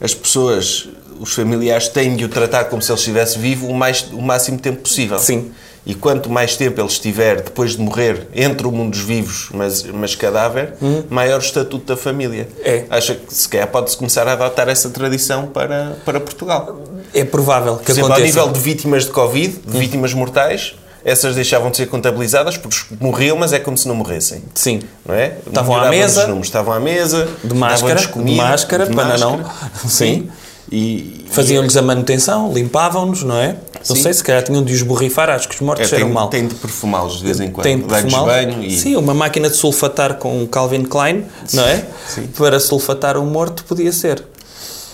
as pessoas, os familiares têm de o tratar como se ele estivesse vivo o, mais, o máximo tempo possível.
Sim.
E quanto mais tempo ele estiver depois de morrer entre o mundo dos vivos, mas, mas cadáver, maior o estatuto da família.
É.
Acha que se calhar pode-se começar a adotar essa tradição para, para Portugal.
É provável que
Por exemplo, ao
aconteça.
nível de vítimas de Covid, de vítimas mortais, essas deixavam de ser contabilizadas porque morriam, mas é como se não morrem
Sim.
não é?
Estavam à
Melhoravam
mesa.
os números, estavam à mesa,
De máscara,
davam-lhes comida,
de máscara,
de
para não-
máscara.
Sim.
E,
Faziam-lhes a manutenção, limpavam-nos, não é? Não
Sim.
sei, se calhar tinham de os borrifar, acho que os
e- é,
mortos
tem,
cheiram mal.
tem de perfumá-los de vez em quando,
Tem de
dar-lhes
perfumá-los.
banho e
Sim, uma máquina de sulfatar com Calvin Klein, não é?
Sim.
Para sulfatar um morto podia ser.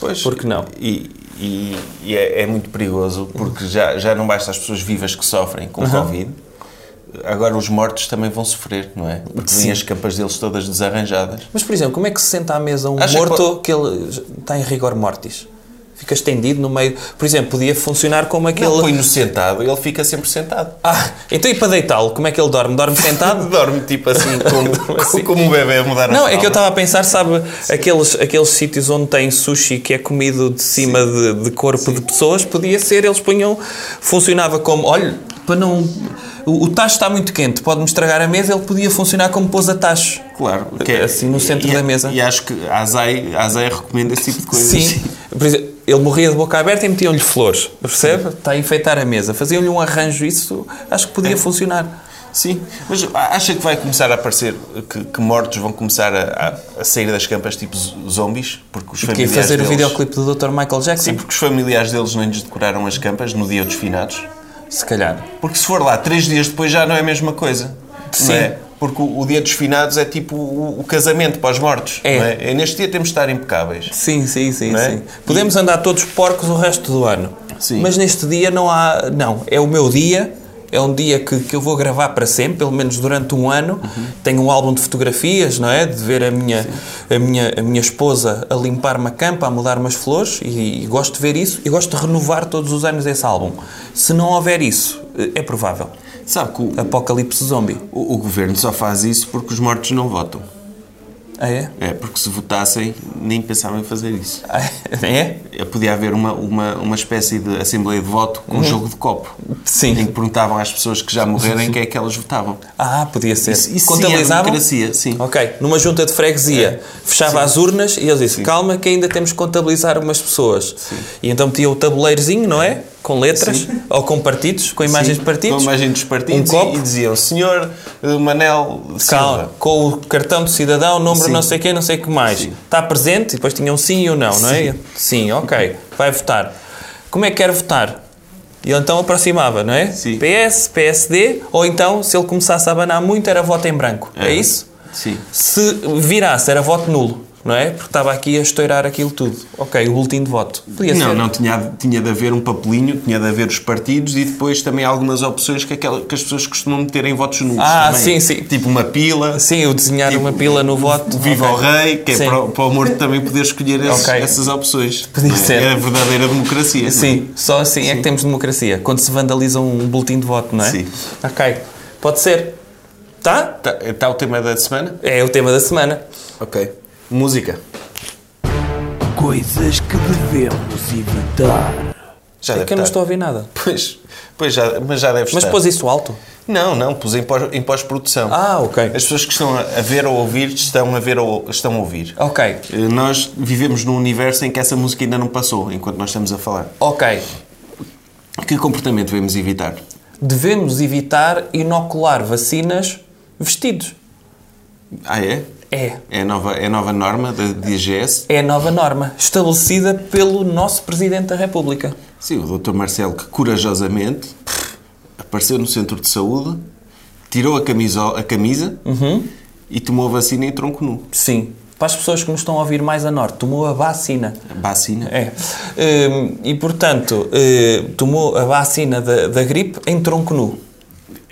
Pois,
Por que não?
E, e- e é, é muito perigoso porque já, já não basta as pessoas vivas que sofrem com Covid. Agora os mortos também vão sofrer, não é? Porque vêm as campas deles todas desarranjadas.
Mas, por exemplo, como é que se senta à mesa um
Acha que
morto que, ele está em rigor mortis? Fica estendido no meio. Por exemplo, podia funcionar como aquele.
Ele põe-no sentado, ele fica sempre sentado.
Ah, então e para deitá-lo, como é que ele dorme? Dorme sentado?
Dorme tipo assim, como, como um bebê a mudar a
Não, é que eu
fralda.
estava a pensar, sabe, aqueles, aqueles sítios onde tem sushi que é comido de cima de, de corpo de pessoas, podia ser, eles punham, funcionava como, olha, para não, o, o tacho está muito quente, pode-me estragar a mesa, ele podia funcionar como pôs a tacho.
Claro,
Assim, no centro
e-
da mesa.
E acho que a Azai, a Azai recomenda esse tipo de coisas.
Sim. assim, Por exemplo, ele morria de boca aberta e metiam-lhe flores, percebe? Está a enfeitar a mesa. Faziam-lhe um arranjo, isso acho que podia funcionar.
Sim, mas a- acha que vai começar a aparecer que, que mortos vão começar a, a- a sair das campas tipo z- zombies? Porque os
Porque ia
familiares
é fazer
deles,
o videoclipe do Dr. Michael Jackson,
Sim, porque os familiares deles não lhes decoraram as campas no dia dos finados.
se calhar.
Porque se for lá três dias depois já não é a mesma coisa.
Sim.
Não é? Porque o, o dia dos finados é tipo o, o casamento para os mortos.
É.
não é? É Neste dia temos de estar impecáveis.
Sim, sim, sim,
Não é?
sim. Podemos andar todos porcos o resto do ano.
Sim.
Mas neste dia não há. Não, é o meu dia é um dia que, que eu vou gravar para sempre, pelo menos durante um ano.
Uhum.
Tenho um álbum de fotografias, não é? De ver a minha, a minha, a minha esposa a limpar uma campa, a mudar umas flores e, e gosto de ver isso e gosto de renovar todos os anos esse álbum. Se não houver isso, eh, é provável.
Sabe que o,
Apocalipse zombie.
o- o governo só faz isso porque os mortos não votam.
Ah, é?
É, porque se votassem, nem pensavam em fazer isso.
Ah, É?
Eh, Podia haver uma, uma, uma espécie de assembleia de voto com um jogo de copo. Em
Sim.
que perguntavam às pessoas que já morreram em que é que elas votavam.
Ah, podia ser.
Isso, isso sim é
Contabilizavam?
democracia, sim.
Ok, numa junta de freguesia,
É.
fechava as urnas e eles disseram, calma que ainda temos que contabilizar umas pessoas. E então metia o tabuleirozinho, não é? Com letras, ou com partidos, com imagens
Sim,
de partidos.
Com imagens dos partidos
Um copo.
e, e diziam Senhor eh, Manel
Calma,
Silva.
com o cartão de cidadão, número
Sim.
não sei quem, não sei o que mais. Está presente? E depois tinham sim ou não, não é? Sim, ok. Vai votar. Como é que quer votar? E ele então aproximava, não é?
Sim.
PS, PSD, ou então, se ele começasse a abanar muito, era voto em branco. É, isso?
Sim.
Se virasse, era voto nulo, não é? Porque estava aqui a estourar aquilo tudo. Ok, o boletim de voto. Podia
não,
ser.
não, tinha, tinha de haver um papelinho, tinha de haver os partidos e depois também algumas opções que, aquela, que as pessoas costumam meter em votos nulos.
Ah,
também.
sim, sim.
Tipo uma pila,
Sim, eu desenhar
Tipo,
uma pila no voto.
viva
ok.
o rei, que é
Sim.
para, o- para o morto também poder escolher esses-
Ok.
essas opções.
Podia ser.
É a verdadeira democracia.
Sim, só assim é que temos democracia. Quando se vandaliza um boletim de voto, não é?
Sim.
Ok. Pode ser. Tá?
Está o tema da semana?
É o tema da semana.
Ok. Música.
Coisas que devemos evitar.
Já
é
deve
que eu não estou
estar.
a ouvir nada.
Pois, pois já, mas já deve
Mas
estar.
pôs isso alto?
Não, não, pus em pós- em pós-produção.
Ah, ok.
As pessoas que estão a a ver ou a ouvir estão a ver ou estão a ouvir.
Ok.
Eh, Nós vivemos num universo em que essa música ainda não passou, enquanto nós estamos a falar.
Ok.
Que comportamento devemos evitar?
Devemos evitar inocular vacinas vestidos.
Ah, é?
É.
É a nova, é a nova norma da DGS?
É a nova norma, estabelecida pelo nosso Presidente da República.
Sim, o Dr. Marcelo, que corajosamente apareceu no centro de saúde, tirou a, camiso- a camisa e tomou a vacina em tronco nu.
Sim. Para as pessoas que nos estão a ouvir mais a norte, tomou a vacina.
Vacina.
É. Hum, E, portanto, eh, tomou a vacina da, da gripe em tronco nu.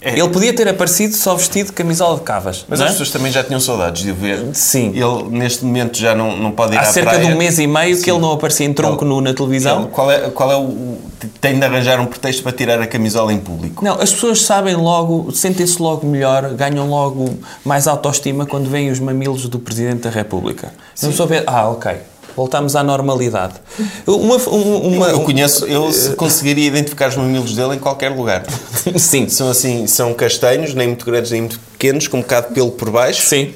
É.
Ele podia ter aparecido só vestido de camisola de cavas.
Mas
não é?
as pessoas também já tinham saudades de o ver.
Sim.
Ele, neste momento, já não, não pode ir
Há
à
cerca
praia.
de um mês e meio que ele não aparecia em tronco nu na televisão.
Ele- Qual é, qual é o- o. Tem de arranjar um pretexto para tirar a camisola em público.
Não, as pessoas sabem logo, sentem-se logo melhor, ganham logo mais autoestima quando veem os mamilos do Presidente da República. Não souber, ah, ok, voltamos à normalidade. Uma, um- uma-
Eu conheço, eu se- conseguiria identificar os mamilos dele em qualquer lugar.
Sim,
São assim, são castanhos, nem muito grandes nem muito pequenos, com um bocado de pelo por baixo.
sim.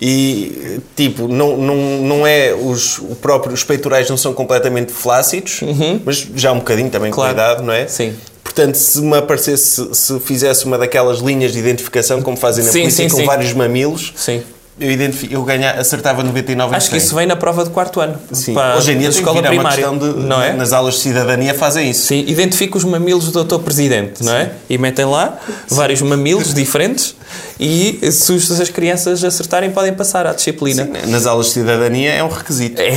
E tipo, não, não, não é os, o próprio, os peitorais não são completamente flácidos, mas já um bocadinho também
Uhum. Claro.
com a idade, não é?
Sim.
Portanto, se me aparecesse, se fizesse uma daquelas linhas de identificação, como fazem na
Sim,
polícia,
sim,
com
sim.
vários mamilos,
Sim.
eu, identifi- eu ganha, acertava 99 em
Acho que
100.
isso vem na prova de quarto ano.
Sim.
para
Hoje em dia
a
tem
escola
que virar
primária,
uma questão de,
não é?
nas aulas de cidadania fazem isso.
Sim, identifica os mamilos do Dr. Presidente, não é? E metem lá vários mamilos diferentes e se os- se as crianças acertarem podem passar à disciplina.
Nas aulas de cidadania é um requisito.
É,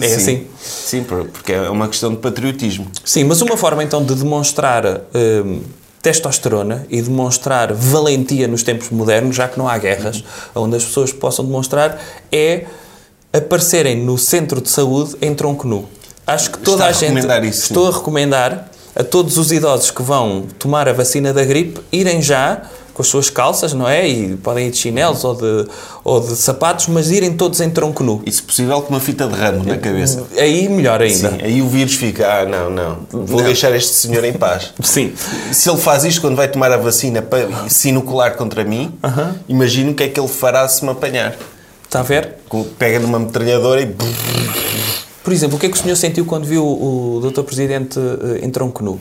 é assim.
Sim, por- porque é uma questão de patriotismo.
Sim, mas uma forma então de demonstrar hum, testosterona e demonstrar valentia nos tempos modernos, já que não há guerras,
Uhum.
onde as pessoas possam demonstrar, é aparecerem no centro de saúde em tronco nu. Acho que toda
Está a
a gente.
recomendar isso, sim.
estou a recomendar a todos os idosos que vão tomar a vacina da gripe irem já com as suas calças, não é? E podem ir de chinelos ou de, ou de sapatos, mas irem todos em tronco nu.
E se possível com uma fita de ramo
É.
na cabeça.
Aí melhor ainda.
Sim, aí o vírus fica, ah não, não, vou deixar este senhor em paz.
Sim.
Se ele faz isto quando vai tomar a vacina para se inocular contra mim, imagino o que é que ele fará se me apanhar.
Está a ver?
Com- Pega numa metralhadora e...
Por exemplo, o que é que o senhor sentiu quando viu o Dr. Presidente eh, em tronco nu?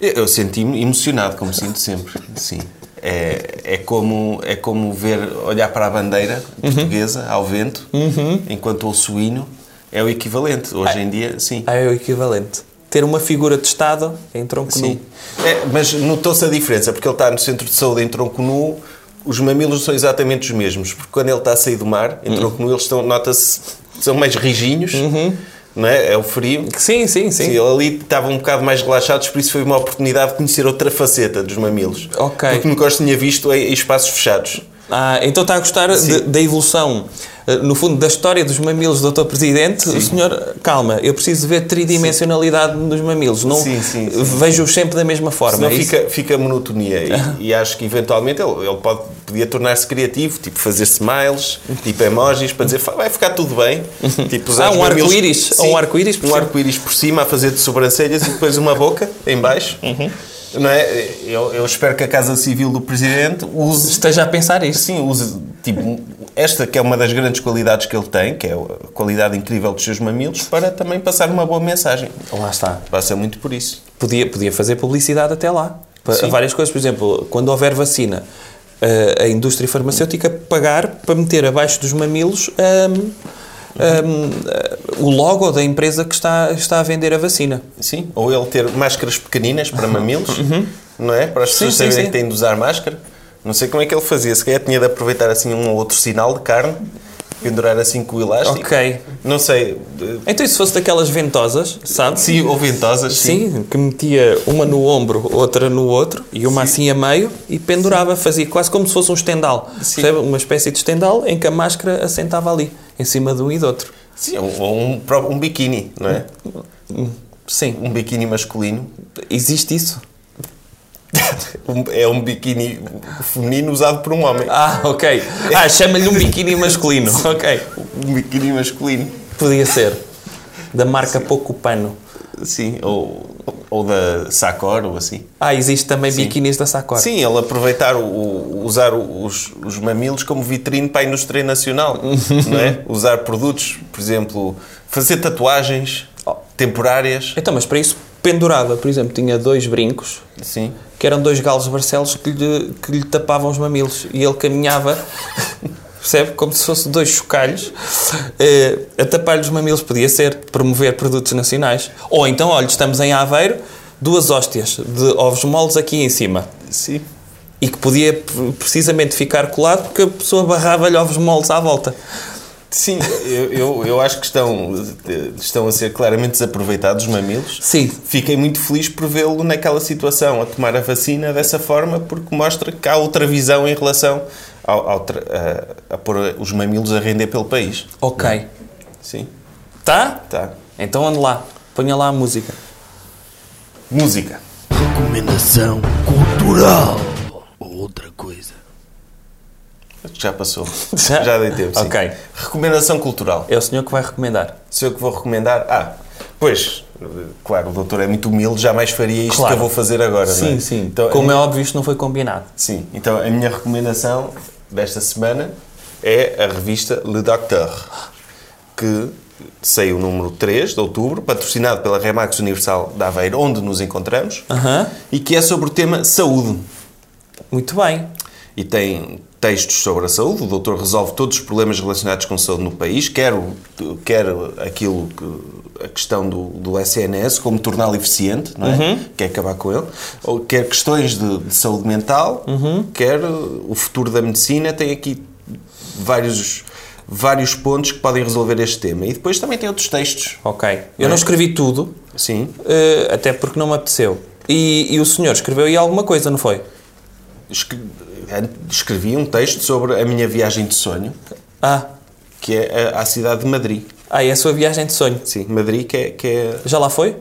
Eu- Eu senti-me emocionado, como sinto sempre, sim. É, é, como, é como ver, olhar para a bandeira portuguesa, ao vento, enquanto ouço o hino, é o equivalente, hoje em dia, sim.
Ah, é o equivalente. Ter uma figura de Estado em tronco nu.
sim. É, mas notou-se a diferença, porque ele está no centro de saúde em tronco nu, os mamilos são exatamente os mesmos, porque quando ele está a sair do mar, em tronco nu, eles estão, nota-se, são mais rijinhos, não é? É o frio.
Sim, sim, sim.
Sim, ele ali estava um bocado mais relaxados, por isso foi uma oportunidade de conhecer outra faceta dos mamilos.
Ok.
Porque nunca os tinha visto em em espaços fechados.
Ah, então está a gostar de- da evolução, eh, no fundo, da história dos mamilos do Dr. Presidente. O senhor, calma, eu preciso ver tridimensionalidade nos mamilos. Não
Sim, sim, sim,
vejo-os sempre da mesma forma.
Senão
é isso?
fica, fica monotonia e, e acho que eventualmente ele, ele pode, podia tornar-se criativo, tipo fazer smiles, tipo emojis, para dizer "Fa- vai ficar tudo bem. Tipo, usar
Ah,
os
um
mamilos-
arco-íris.
Sim,
Um arco-íris por
um
cima.
arco-íris por cima a fazer de sobrancelhas e depois uma boca em baixo.
Uhum.
Não é? eu, eu espero que a Casa Civil do Presidente use
Esteja a pensar isto.
Sim, usa, tipo, esta que é uma das grandes qualidades que ele tem, que é a qualidade incrível dos seus mamilos, para também passar uma boa mensagem.
Lá está.
Passa muito por isso.
Podia, podia fazer publicidade até lá. Pa-
Sim.
Várias coisas. Por exemplo, quando houver vacina, eh, a indústria farmacêutica pagar para meter abaixo dos mamilos ahm, ahm, eh, o logo da empresa que está, está a vender a vacina.
Sim. Ou ele ter máscaras pequeninas para mamilos, não é? Para as
Uhum.
pessoas
sim,
saberem
sim.
que têm de usar máscara. Não sei como é que ele fazia, se calhar tinha de aproveitar assim um ou outro sinal de carne, pendurar assim com o elástico.
Ok.
Não sei. eh,
Então, e se fosse daquelas ventosas, sabe?
Sim, ou ventosas, sim.
Sim, que metia uma no ombro, outra no outro e uma assim a meio e pendurava, fazia quase como se fosse um estendal. Percebe? Uma espécie de estendal em que a máscara assentava ali, em cima de um e do outro.
Sim, ou ou um, pró- um biquíni, não é?
Sim,
Um biquíni masculino.
existe isso.
Um- é um biquíni feminino usado por um homem.
Ah, ok. Ah, chama-lhe um biquíni masculino. Ok.
Um biquíni masculino.
Podia ser. Da marca Pouco Pano.
Sim, ou, ou da Sacor, ou assim.
Ah, existe também biquinis da Sacor.
Sim, ele aproveitar, o, o- usar o- os, os mamilos como vitrine para a indústria nacional, não é? Usar produtos, por exemplo, fazer tatuagens temporárias.
Então, mas para isso pendurava, por exemplo, tinha dois brincos
Sim.
que eram dois galos barcelos que lhe, que lhe tapavam os mamilos e ele caminhava, percebe? Como se fosse dois chocalhos eh, a tapar-lhe os mamilos. Podia ser promover produtos nacionais. Ou então, olha, estamos em Aveiro, duas hóstias de ovos moles aqui em cima.
Sim.
E que podia p- precisamente ficar colado porque a pessoa barrava-lhe ovos moles à volta.
Sim, eu, eu, eu acho que estão, estão a ser claramente desaproveitados os mamilos.
Sim.
Fiquei muito feliz por vê-lo naquela situação, a tomar a vacina dessa forma, porque mostra que há outra visão em relação ao, ao tra- a, a pôr os mamilos a render pelo país.
Ok.
Sim,
Tá?
tá.
Então ande lá. Ponha lá a música.
Música.
Recomendação cultural. Outra coisa.
Acho que Já passou.
Já?
Já dei tempo. sim.
Ok.
Recomendação cultural.
É o senhor que vai recomendar.
Se eu que vou recomendar. Ah, pois, claro, o doutor é muito humilde, jamais faria isto
Claro.
que eu vou fazer agora. não é?
Sim, sim.
Então,
Como
a-
é óbvio, isto não foi combinado.
Sim, então a minha recomendação desta semana é a revista Le Docteur, que saiu o número 3 de outubro, patrocinado pela Remax Universal de Aveiro, onde nos encontramos,
Aham.
e que é sobre o tema saúde.
Muito bem.
E tem textos sobre a saúde, o doutor resolve todos os problemas relacionados com saúde no país, quer, o- quer aquilo que a questão do, do SNS, como torná-lo eficiente, não é? Quer acabar com ele, ou quer questões de, de saúde mental, quer o futuro da medicina, tem aqui vários, vários pontos que podem resolver este tema. E depois também tem outros textos.
Ok. Eu não escrevi tudo,
Sim,
eh, até porque não me apeteceu. E, e o senhor escreveu aí alguma coisa, não foi?
Escre- escrevi um texto sobre a minha viagem de sonho,
Ah,
que é a- à cidade de Madrid.
ah é a sua viagem de sonho.
Sim, Madrid que é, que é-
Já lá foi?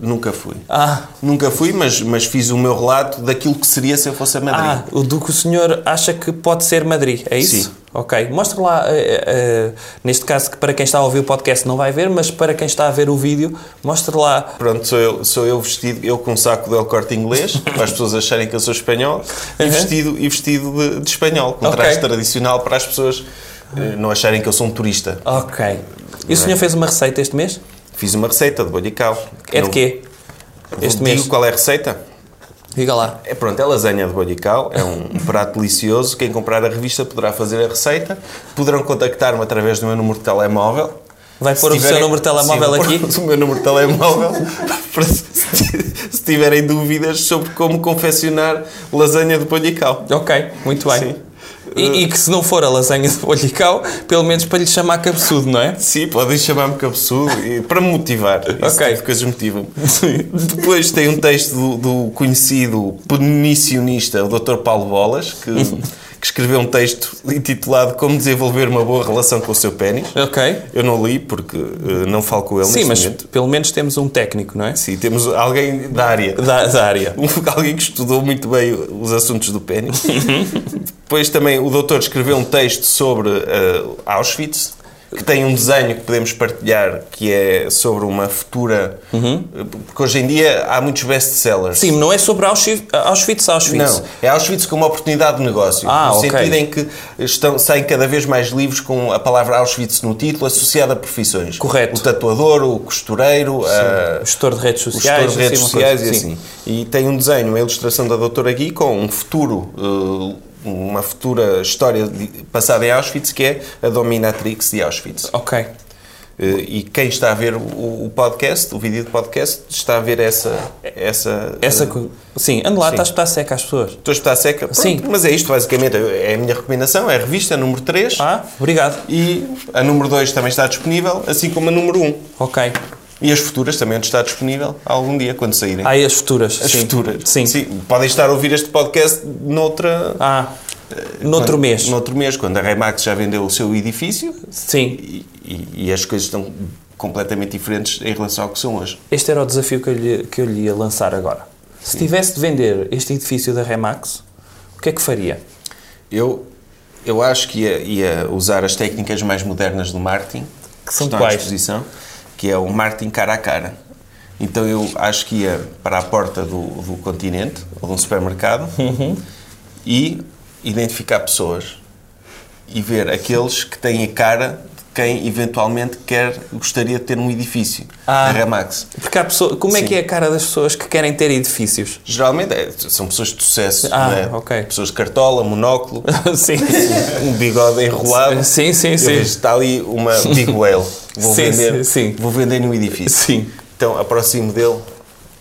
Nunca fui.
Ah,
Nunca fui, mas, mas fiz o meu relato daquilo que seria se eu fosse a
ah
Madrid.
o do que o senhor acha que pode ser Madrid, é isso?
Sim.
Ok. Mostre lá, eh, eh, neste caso, que para quem está a ouvir o podcast não vai ver, mas para quem está a ver o vídeo, mostre lá.
Pronto, sou eu, sou eu vestido, eu com um saco do El Corte Inglês, para as pessoas acharem que eu sou espanhol, e
Uhum.
vestido, e vestido de, de espanhol, com um
Ok.
traje tradicional para as pessoas eh, não acharem que eu sou um turista.
Ok.
é?
E o senhor fez uma receita este mês?
Fiz uma receita de bolhicau.
É de quê? Este
Digo
mês?
qual é a receita?
Diga lá.
É pronto, é lasanha de bolhicau, é um prato delicioso. Quem comprar a revista poderá fazer a receita. Poderão contactar-me através do meu número de telemóvel.
Vai
Se
pôr o seu
tiverem-
número de telemóvel
Sim, vou
aqui?
pôr O meu número de telemóvel. para se, se tiverem dúvidas sobre como confeccionar lasanha de bolhicau.
Ok, muito bem.
Sim.
E, e que se não for a lasanha de bolho e cal, pelo menos para lhe chamar cabeçudo, não é?
Sim, podem chamar-me cabeçudo e- para me motivar. Esse
Ok.
tipo de coisas motivam Depois tem um texto do, do conhecido punicionista, o Dr. Paulo Bolas, que, que escreveu um texto intitulado Como Desenvolver uma Boa Relação com o Seu Pénis.
Ok.
Eu não li porque eh, não falo com ele
Sim,
neste
mas
momento.
pelo menos temos um técnico, não é?
Sim, temos alguém da área.
Da, da área.
Um- alguém que estudou muito bem os assuntos do pênis. Depois também o doutor escreveu um texto sobre eh, Auschwitz, que tem um desenho que podemos partilhar, que é sobre uma futura... eh, Porque hoje em dia há muitos best-sellers.
Uhum. Sim, não é sobre Auschwitz, Auschwitz. Auschwitz.
Não, é Auschwitz como uma oportunidade de negócio.
Ah,
no
ok.
sentido em que estão, saem cada vez mais livros com a palavra Auschwitz no título associada a profissões.
Correto.
O tatuador, o costureiro, a,
O gestor de redes
os
sociais.
gestores de redes
assim, uma coisa,
sociais e assim. E tem um desenho, uma ilustração da doutora Gui com um futuro, eh, uma futura história de- passada em Auschwitz, que é a Dominatrix de Auschwitz.
Ok.
Eh, E quem está a ver o, o podcast, o vídeo do podcast, está a ver essa... essa,
Essa,
eh,
co- sim, ande lá,
Sim.
estás está seca às pessoas.
Estou a estar seca. Pronto,
Sim.
Mas é isto, basicamente. É a minha recomendação. É a revista número 3.
Ah, obrigado.
E a número 2 também está disponível, assim como a número 1.
Ok.
E as futuras também onde está disponível algum dia, quando saírem.
Aí as futuras.
As
sim.
futuras.
Sim.
Podem estar a ouvir este podcast noutra.
Ah, noutro
quando-
mês.
Noutro mês, quando a Remax já vendeu o seu edifício
Sim.
e, e- e as coisas estão completamente diferentes em relação ao que são hoje.
Este era o desafio que eu lhe, que eu lhe ia lançar agora. Se tivesse de vender este edifício da Remax, o que é que faria?
Eu, eu acho que ia, ia usar as técnicas mais modernas do marketing que
são
estão
quais?
à disposição, que é o marketing cara a cara. Então eu acho que ia para a porta do, do continente ou de um supermercado
Uhum.
e identificar pessoas e ver aqueles que têm a cara de quem eventualmente quer, gostaria de ter um edifício
Ah.
da Ramax.
Porque há pessoa, como é
Sim.
que é a cara das pessoas que querem ter edifícios?
Geralmente é- são pessoas de sucesso,
Ah,
não é?
ok.
pessoas de cartola, monóculo,
sim.
um bigode enrolado.
Sim, sim,
Eu vejo,
sim.
está ali uma Big Whale. Vou,
Sim,
vender,
sim, sim.
vou vender no edifício.
Sim.
Então aproximo dele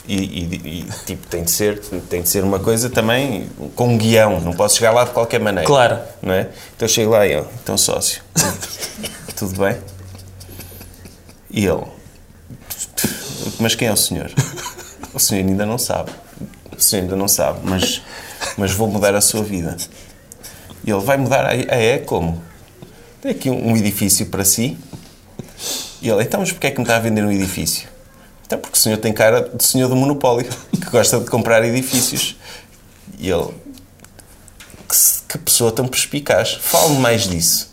e, e- e, tipo, tem de, ser, tem de ser uma coisa também com um guião. Não posso chegar lá de qualquer maneira.
Claro.
Não é? Então chego lá e eu, então sócio, tudo bem? E ele, mas quem é o senhor? O senhor ainda não sabe. O senhor ainda não sabe, mas, mas vou mudar a sua vida. E ele vai mudar a, a é como? Tem aqui um, um edifício para si. E ele, então, mas porquê é que me está a vender um edifício? Então, porque o senhor tem cara de senhor do monopólio, que gosta de comprar edifícios. E ele, que, se- que pessoa tão perspicaz, fale-me mais disso.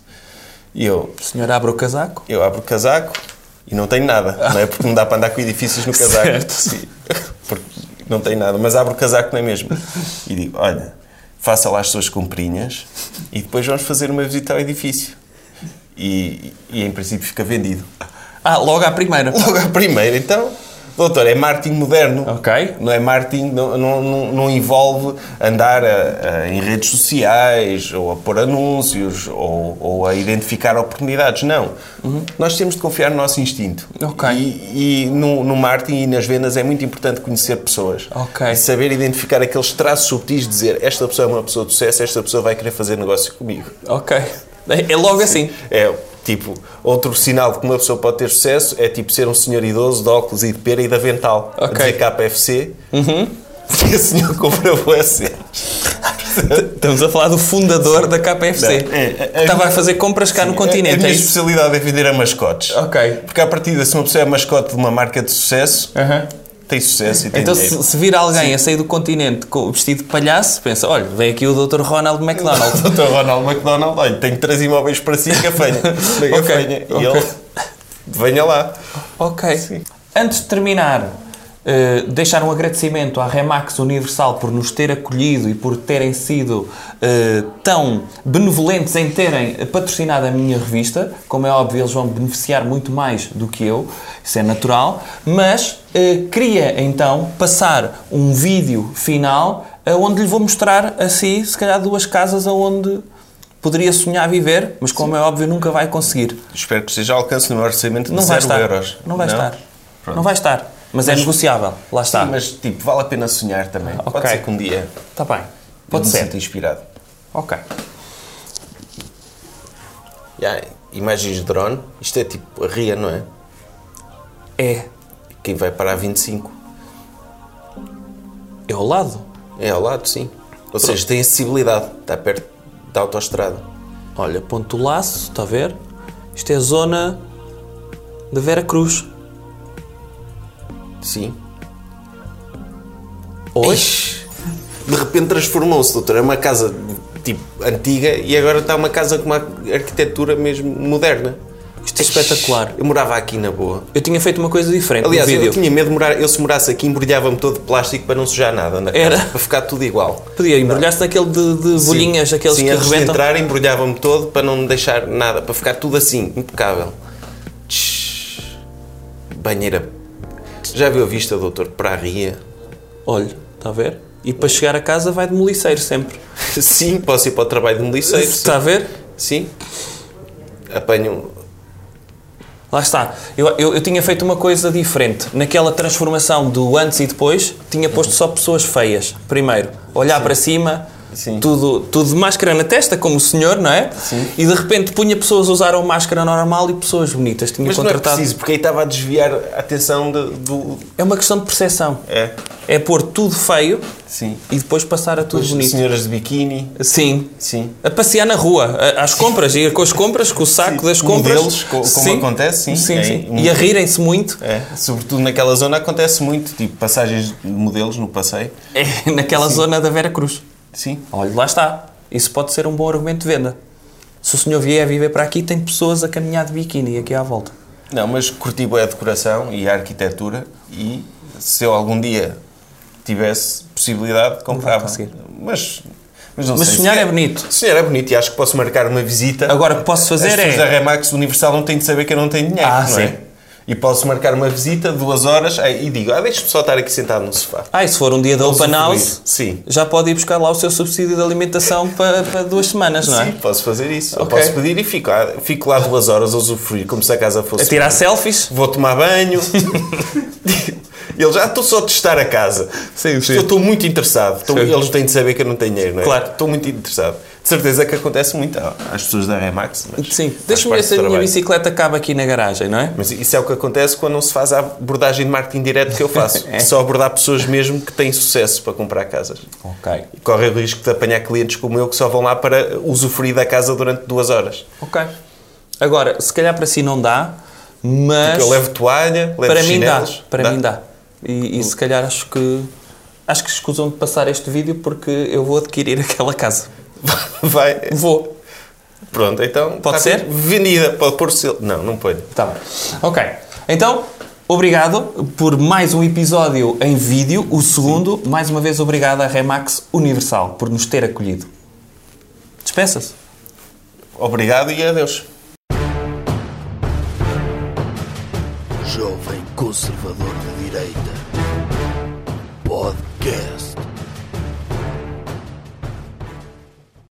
E eu,
O senhor abre o casaco?
eu abro o casaco e não tenho nada, não é? Porque não dá para andar com edifícios no casaco.
Certo.
Sim. Porque não tenho nada, mas abro o casaco na mesma. E digo: olha, faça lá as suas comprinhas e depois vamos fazer uma visita ao edifício. E, e em princípio fica vendido.
Ah, logo à primeira.
Logo à primeira, então. Doutor, é marketing moderno.
Ok.
Não é marketing, não, não, não- não envolve andar a- a- em redes sociais, ou a pôr anúncios, ou, ou a identificar oportunidades. Não. Nós temos de confiar no nosso instinto.
Uhum. Ok.
E, e no, no marketing e nas vendas é muito importante conhecer pessoas.
Ok.
E saber identificar aqueles traços subtis de dizer esta pessoa é uma pessoa de sucesso, esta pessoa vai querer fazer negócio comigo.
Ok. É é logo assim.
É, tipo, outro sinal de que uma pessoa pode ter sucesso é tipo ser um senhor idoso de óculos e de pera e de avental.
Ok. Uhum.
A dizer KFC. E o senhor compra você.
Estamos a falar do fundador da KPFC.
Não, é, é,
que estava a fazer compras cá no
A, a
continente.
minha
é isso?
especialidade é vender a mascotes.
Ok.
Porque à partida, se uma pessoa é mascote de uma marca de sucesso,
Aham.
tem sucesso e tem
Então,
dinheiro.
se, se vir alguém a sair do continente com vestido de palhaço, pensa: olha, vem aqui o Dr. Ronald McDonald.
Doutor Ronald McDonald, olha, tenho três imóveis para si e gafanha. Da gafanha. E
ok.
ele, venha lá.
Ok. Antes de terminar, eh, deixar um agradecimento à Remax Universal por nos ter acolhido e por terem sido eh, tão benevolentes em terem patrocinado a minha revista. Como é óbvio, eles vão beneficiar muito mais do que eu, isso é natural. Mas eh, queria então passar um vídeo final eh, onde lhe vou mostrar assim, se calhar, duas casas aonde poderia sonhar viver, mas como é óbvio, nunca vai conseguir.
Espero que esteja ao alcance no meu orçamento de
Não vai
zero
estar.
euros.
Não vai estar.
Pronto.
Não vai estar. Mas, é negociável. Lá está.
Sim, mas tipo, vale a pena sonhar também.
Ok.
Pode ser que um dia
Está tá bem.
eu me
Pode ser.
sinta inspirado.
Ok.
Já, imagens de drone. Isto é tipo a RIA, não é?
É.
Que vai para a 25.
É ao lado.
É ao lado, sim. Ou seja, tem acessibilidade. Está perto da autoestrada.
Olha, ponto do laço, está a ver? Isto é a zona da Vera Cruz.
Sim.
Hoje?
De repente transformou-se, doutor. É uma casa tipo antiga e agora está uma casa com uma arquitetura mesmo moderna.
Isto é espetacular.
Eu morava aqui na boa.
Eu tinha feito uma coisa diferente
Aliás,
no vídeo.
eu tinha medo de morar. Eu se morasse aqui embrulhava-me todo de plástico para não sujar nada. na casa,
Era.
Para ficar tudo igual.
Podia embrulhar-se naquele de, de bolhinhas,
Sim.
aqueles
Sim,
que
antes de
rebentam.
entrar embrulhava-me todo para não deixar nada, para ficar tudo assim, impecável. Tsh. Banheira. Já viu a vista, doutor, para a ria?
Olha, está a ver? E para chegar a casa vai de moliceiro sempre.
Sim, posso ir para o trabalho de miliceiro.
Está a ver?
Sim. Apanho. um-
Lá está. Eu, eu, eu tinha feito uma coisa diferente. Naquela transformação do antes e depois, tinha posto só pessoas feias. Primeiro, olhar para cima,
Sim.
Tudo, tudo de máscara na testa, como o senhor, não é? Sim. E de repente punha pessoas a usaram máscara normal e pessoas bonitas. Tinha
Mas não é
contratado.
preciso, porque aí estava a desviar a atenção de- do.
É uma questão de percepção.
É.
É pôr tudo feio
Sim.
e depois passar a tudo
As
bonito.
senhoras de biquíni.
Sim.
Sim.
A passear na rua, a- às compras, ir com as compras, com o saco
Sim,
das compras.
modelos, co- como acontece, sim,
sim,
é
sim.
um-
E a rirem-se muito.
É, sobretudo naquela zona acontece muito, tipo passagens de modelos no passeio.
É, naquela zona da Vera Cruz.
Sim.
Olha, lá está. Isso pode ser um bom argumento de venda. Se o senhor vier viver para aqui, tem pessoas a caminhar de biquíni aqui à volta.
Não, mas curti bué a decoração e a arquitetura e se eu algum dia tivesse possibilidade, comprava.
conseguir.
Mas, mas não
Mas
sei.
sonhar
se
é bonito.
Senhor, é bonito e acho que posso marcar uma visita.
Agora, o que posso
As
fazer
pessoas da
é...
Remax Universal não têm de saber que eu não tenho dinheiro,
Ah,
não
sim.
é? E posso marcar uma visita, duas horas, aí- e digo, ah, deixa-me só estar aqui sentado no sofá.
Ah, e se for um dia da Open
usufruir.
House,
Sim.
já pode ir buscar lá o seu subsídio de alimentação para, para duas semanas, não
Sim,
é?
posso fazer isso. Eu
Ok.
Posso pedir e fico, lá- fico lá duas horas a usufruir, como se a casa fosse...
A tirar selfies.
Vou tomar banho. Ele já estou só a testar a casa.
Sim, sim.
Eu estou muito interessado. Estou-
Sim.
eles têm de saber que eu não tenho dinheiro, não é?
Claro.
Estou muito interessado. De certeza que acontece muito às pessoas da Remax. mas
Sim.
faz
Deixa-me ver
parte
se
do
a minha
trabalho.
bicicleta cabe aqui na garagem, não é?
Mas isso é o que acontece quando não se faz a abordagem de marketing direto que eu faço.
É.
Só abordar pessoas mesmo que têm sucesso para comprar casas.
Ok.
E corre o risco de apanhar clientes como eu que só vão lá para usufruir da casa durante duas horas.
Ok. Agora, se calhar para si não dá, mas
Porque eu levo toalha, levo
para mim dá.
chinelos.
Para mim dá. E, e se calhar acho que acho que escusam de passar este vídeo porque eu vou adquirir aquela casa.
Vai.
Vou.
Pronto, então.
Pode
está
ser?
Vendida. Pode pôr selo. Não, não ponho.
Tá bem. Ok. Então, obrigado por mais um episódio em vídeo, o segundo. Mais uma vez obrigado à Remax Universal por nos ter acolhido. Despeça-se.
Obrigado e adeus.
Jovem conservador de direita.